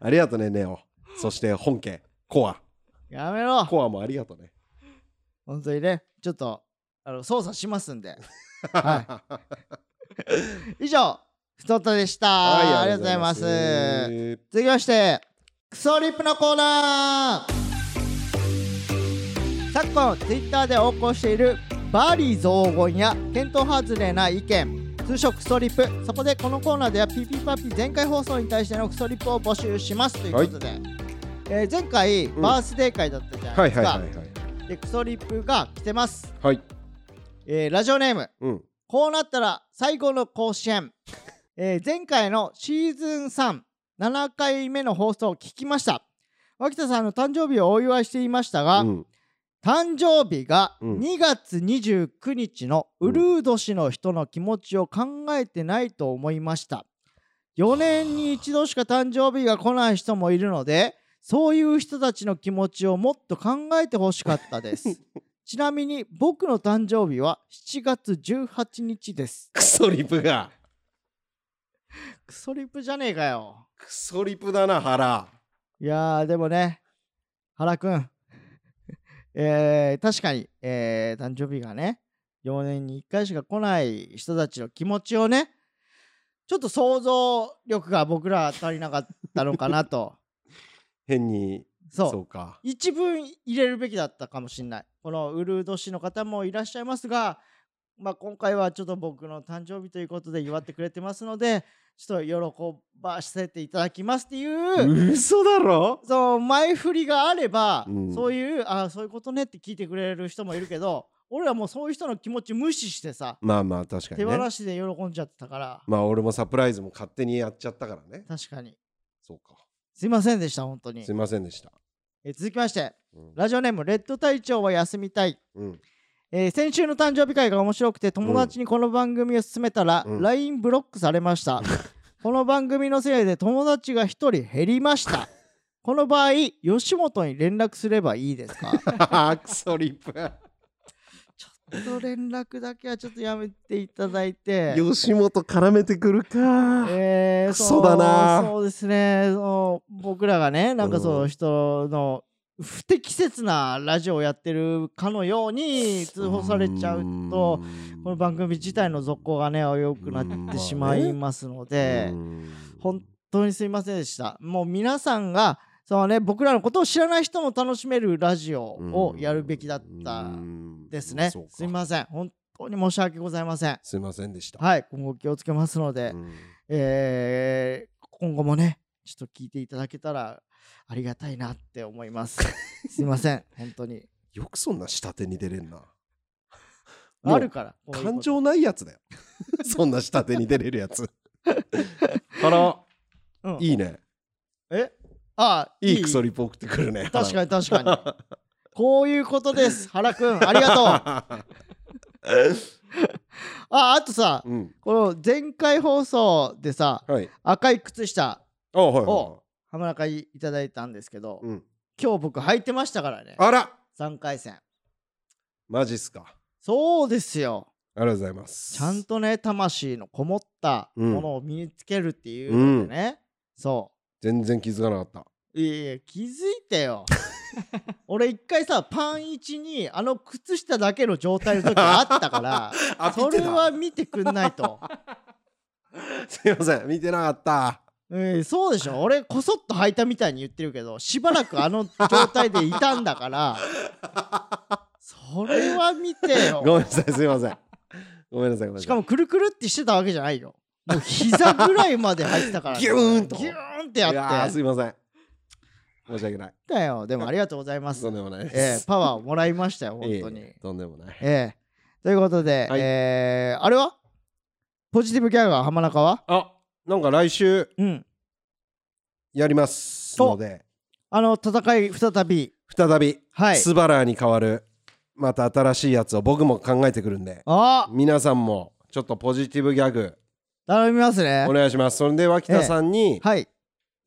[SPEAKER 1] ありがとねネオそして本家コア
[SPEAKER 2] やめろ
[SPEAKER 1] コアもありがとね
[SPEAKER 2] 本当にねちょっとあの操作しますんでは <laughs> 以上ふととでした、ありがとうございます続きましてクソリップのコーナー昨今 Twitter で横行しているバーリー増言や見当外れな意見通称クソリップそこでこのコーナーではピーピーパーピー前回放送に対してのクソリップを募集しますということで、えー前回
[SPEAKER 1] ん
[SPEAKER 2] バースデー会だったじゃな
[SPEAKER 1] はいい
[SPEAKER 2] です
[SPEAKER 1] はいは
[SPEAKER 2] か、
[SPEAKER 1] いはい
[SPEAKER 2] でクソリップが来てます、
[SPEAKER 1] はい
[SPEAKER 2] えーラジオネーム
[SPEAKER 1] うん
[SPEAKER 2] こうなったら最後の甲子園、えー前回のシーズン37回目の放送を聞きました脇田さんの誕生日をお祝いしていましたが、
[SPEAKER 1] うん
[SPEAKER 2] 誕生日が
[SPEAKER 1] うん
[SPEAKER 2] 2月29日のうるう年の人の気持ちを考えてないと思いました4年に一度しか誕生日が来ない人もいるのでそういう人たちの気持ちをもっと考えてほしかったです
[SPEAKER 1] <laughs>
[SPEAKER 2] ちなみに僕の誕生日は7月18日です
[SPEAKER 1] クソリプが
[SPEAKER 2] クソリプじゃねえかよ
[SPEAKER 1] クソリプだな腹
[SPEAKER 2] いやーでもね原くん <laughs> えー、確かに、えー、誕生日がね4年に1回しか来ない人たちの気持ちをねちょっと想像力が僕ら足りなかったのかな <laughs> と
[SPEAKER 1] 変に
[SPEAKER 2] そう
[SPEAKER 1] そうか
[SPEAKER 2] 一文入れるべきだったかもしれないこのうるう年の方もいらっしゃいますが、まあ、今回はちょっと僕の誕生日ということで祝ってくれてますのでちょっと喜ばせていただきますっていう
[SPEAKER 1] 嘘だろ
[SPEAKER 2] そう前振りがあれば、
[SPEAKER 1] うん
[SPEAKER 2] そういうああそういうことねって聞いてくれる人もいるけど <laughs> 俺はもうそういう人の気持ち無視してさ、
[SPEAKER 1] まあまあ確か
[SPEAKER 2] 手
[SPEAKER 1] にね
[SPEAKER 2] 放しで喜んじゃってたから
[SPEAKER 1] まあ俺もサプライズも勝手にやっちゃったからね
[SPEAKER 2] 確かに
[SPEAKER 1] そうか
[SPEAKER 2] すいませんでした本当に
[SPEAKER 1] すいませんでした
[SPEAKER 2] え続きまして
[SPEAKER 1] うん
[SPEAKER 2] ラジオネームレッド隊長は休みたい、 <laughs>
[SPEAKER 1] うん
[SPEAKER 2] えー先週の誕生日会が面白くて友達にこの番組を勧めたら、
[SPEAKER 1] うん
[SPEAKER 2] LINE ブロックされ
[SPEAKER 1] <laughs>
[SPEAKER 2] ました、この番組のせいで友達が1人減りましたこの場合吉本に連絡すればいいですか
[SPEAKER 1] あークソリプ
[SPEAKER 2] ちょっと連絡だけはちょっとやめていただいて。
[SPEAKER 1] 吉本絡めてくるか
[SPEAKER 2] えー、
[SPEAKER 1] クソだな
[SPEAKER 2] そうそうですねその僕らがねなんかそうの
[SPEAKER 1] ん
[SPEAKER 2] 人の不適切なラジオをやってるかのように通報されちゃうとこの番組自体の続行がね良くなってしまいますので本当にすいませんでしたもう皆さんがそのね僕らのことを知らない人も楽しめるラジオをやるべきだったですねすい
[SPEAKER 1] せん
[SPEAKER 2] ません本当に申し訳ございません
[SPEAKER 1] すいませんでした
[SPEAKER 2] はい、今後気をつけますので、
[SPEAKER 1] うん
[SPEAKER 2] えー今後もね、ちょっと聞いていただけたらありがたいなって思
[SPEAKER 1] <laughs>
[SPEAKER 2] います。すいません、本当に。
[SPEAKER 1] よくそんな下手に出れ
[SPEAKER 2] <laughs>
[SPEAKER 1] んなもう
[SPEAKER 2] あるから、こういうこと
[SPEAKER 1] 感情ないやつだ
[SPEAKER 2] <laughs>
[SPEAKER 1] よそんな下手に出れるやつあら
[SPEAKER 2] うん
[SPEAKER 1] いいね
[SPEAKER 2] えあ
[SPEAKER 1] いいクソリプ送ってくるね
[SPEAKER 2] 確
[SPEAKER 1] <laughs>
[SPEAKER 2] かに確かに。こういうことです、原くん、ありが
[SPEAKER 1] <laughs>
[SPEAKER 2] とう。あ、あとさ、
[SPEAKER 1] うん
[SPEAKER 2] この前回放送でさ、
[SPEAKER 1] はい
[SPEAKER 2] 赤い靴下、
[SPEAKER 1] あはいはいは
[SPEAKER 2] お浜中いいただいたんですけど
[SPEAKER 1] い、うん
[SPEAKER 2] 今日僕履いてましたからね、
[SPEAKER 1] あら
[SPEAKER 2] 3回戦。
[SPEAKER 1] マジっすか
[SPEAKER 2] そうですよ。
[SPEAKER 1] ありがとうございます
[SPEAKER 2] ちゃんとね魂のこもったものを身につけるっていうのでね、そ
[SPEAKER 1] 全然気づかなかっ
[SPEAKER 2] ういやいや気づいてよ
[SPEAKER 1] <laughs>
[SPEAKER 2] 俺一回さパン一にあの靴下だけの状態の時あったから
[SPEAKER 1] <laughs> たあ <laughs>
[SPEAKER 2] それは見てくんないと
[SPEAKER 1] すいません見てなかった
[SPEAKER 2] えーそうでしょ俺こそっと履いたみたいに言ってるけどしばらくあの状態でいたんだから
[SPEAKER 1] <laughs>
[SPEAKER 2] それは見てよ
[SPEAKER 1] ごめんなさいすいませんごめんなさいごめんなさい
[SPEAKER 2] しかもくるくるってしてたわけじゃないよもう膝ぐらいまで入ってたか
[SPEAKER 1] <laughs>
[SPEAKER 2] ら
[SPEAKER 1] ギューンと
[SPEAKER 2] ギューンって
[SPEAKER 1] いや
[SPEAKER 2] や
[SPEAKER 1] ー
[SPEAKER 2] って
[SPEAKER 1] すいません申し訳ない
[SPEAKER 2] だよでもありがとうございます
[SPEAKER 1] とんでもないです、
[SPEAKER 2] えーパワーをもらいましたよ本当に
[SPEAKER 1] いえいえとんでもない
[SPEAKER 2] ええということで、
[SPEAKER 1] はい
[SPEAKER 2] えーあれはポジティブギャガー浜中は
[SPEAKER 1] あなんか来週
[SPEAKER 2] うん
[SPEAKER 1] やりますので
[SPEAKER 2] あの戦い再び
[SPEAKER 1] 再び
[SPEAKER 2] はい
[SPEAKER 1] スバラーに変わるまた新しいやつを僕も考えてくるんで
[SPEAKER 2] あ
[SPEAKER 1] 皆さんもちょっとポジティブギャグ
[SPEAKER 2] 頼みますね
[SPEAKER 1] お願いしますそれで脇田さんに
[SPEAKER 2] はい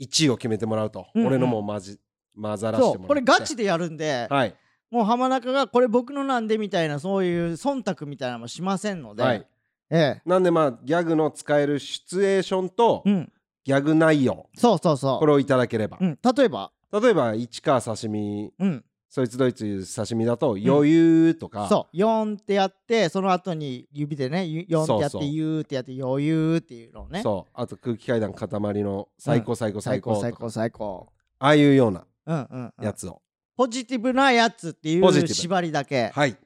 [SPEAKER 1] 1位を決めてもらうと
[SPEAKER 2] うんうん
[SPEAKER 1] 俺のも混じ混ざらし
[SPEAKER 2] そ
[SPEAKER 1] て
[SPEAKER 2] う
[SPEAKER 1] もらって
[SPEAKER 2] これガチでやるんで、
[SPEAKER 1] はい
[SPEAKER 2] もう浜中がこれ僕のなんでみたいなそういう忖度みたいなのもしませんので、
[SPEAKER 1] はい
[SPEAKER 2] ええ
[SPEAKER 1] なんでまあギャグの使えるシチュエーションと
[SPEAKER 2] うん
[SPEAKER 1] ギャグ内容
[SPEAKER 2] そうそうそ
[SPEAKER 1] これをいただければ
[SPEAKER 2] う、うん、例えば
[SPEAKER 1] 例えば市川刺身
[SPEAKER 2] うん
[SPEAKER 1] そいつどいつ刺身だと余裕とか、
[SPEAKER 2] そう4ってやってその後に指でね4ってやっ
[SPEAKER 1] そ
[SPEAKER 2] て
[SPEAKER 1] うそう
[SPEAKER 2] 言うってやって余裕っていうのをね
[SPEAKER 1] そうあと空気階段塊の最高最高最
[SPEAKER 2] 最
[SPEAKER 1] 高と
[SPEAKER 2] 高
[SPEAKER 1] か
[SPEAKER 2] 最高最高
[SPEAKER 1] ああいうような
[SPEAKER 2] うんうん、うん
[SPEAKER 1] や、つを、
[SPEAKER 2] ポジティブなやつってい
[SPEAKER 1] ポジティ
[SPEAKER 2] う
[SPEAKER 1] ブ
[SPEAKER 2] 縛りだけだか
[SPEAKER 1] はい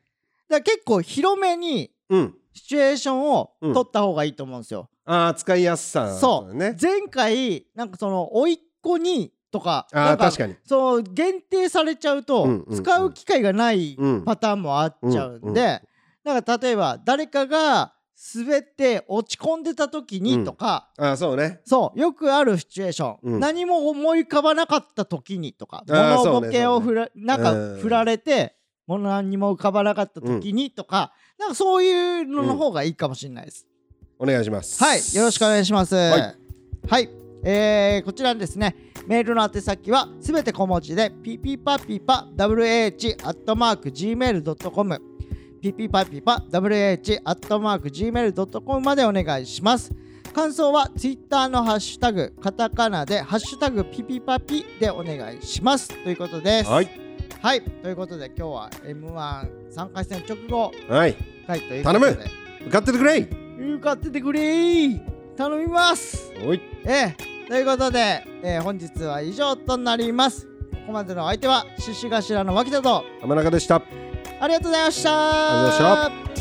[SPEAKER 2] ら結構広めに
[SPEAKER 1] うん
[SPEAKER 2] シチュエーションを
[SPEAKER 1] うん
[SPEAKER 2] 取った方がいいと思うんですよ、
[SPEAKER 1] ああ使いやすさ
[SPEAKER 2] そう
[SPEAKER 1] ね
[SPEAKER 2] 前回なんかその甥っ子にとか
[SPEAKER 1] あ
[SPEAKER 2] な
[SPEAKER 1] あ
[SPEAKER 2] んか
[SPEAKER 1] 確かに
[SPEAKER 2] そう限定されちゃうと、
[SPEAKER 1] うんうんうん
[SPEAKER 2] 使う機会がない
[SPEAKER 1] うん
[SPEAKER 2] パターンもあっちゃうんで、
[SPEAKER 1] うんうん
[SPEAKER 2] なんか例えば誰かが滑って落ち込んでた時にとか、
[SPEAKER 1] ああそうね
[SPEAKER 2] そうよくあるシチュエーション、
[SPEAKER 1] うん
[SPEAKER 2] 何も思い浮かばなかった時にとか
[SPEAKER 1] あー
[SPEAKER 2] 物ボケを
[SPEAKER 1] そう
[SPEAKER 2] 振ら、なん
[SPEAKER 1] うん
[SPEAKER 2] か振られて物何も浮かばなかった時にとか、なんかそういうのの方がいいかもしれないです。
[SPEAKER 1] お願いします
[SPEAKER 2] はい、よろしくお願いします。はいい、えーこちらですね、メールの宛先はすべて小文字で、ピピパピパ wh アットマーク gmail.com、ピピパピパ wh アットマーク gmail.com までお願いします。感想はツイッターのハッシュタグ、カタカナで、ハッシュタグピピパピでお願いします。ということです。
[SPEAKER 1] はい、
[SPEAKER 2] はい、ということで今日は M13 回戦直後
[SPEAKER 1] はい、
[SPEAKER 2] 回というこ
[SPEAKER 1] 頼
[SPEAKER 2] とで。
[SPEAKER 1] む受かっててくれい
[SPEAKER 2] 受かっててくれー頼みます
[SPEAKER 1] おい
[SPEAKER 2] ええということで、えー本日は以上となりますここまでのお相手は獅子頭の脇田と
[SPEAKER 1] 浜中でした
[SPEAKER 2] ありがとうございました
[SPEAKER 1] ありがとうございま
[SPEAKER 2] した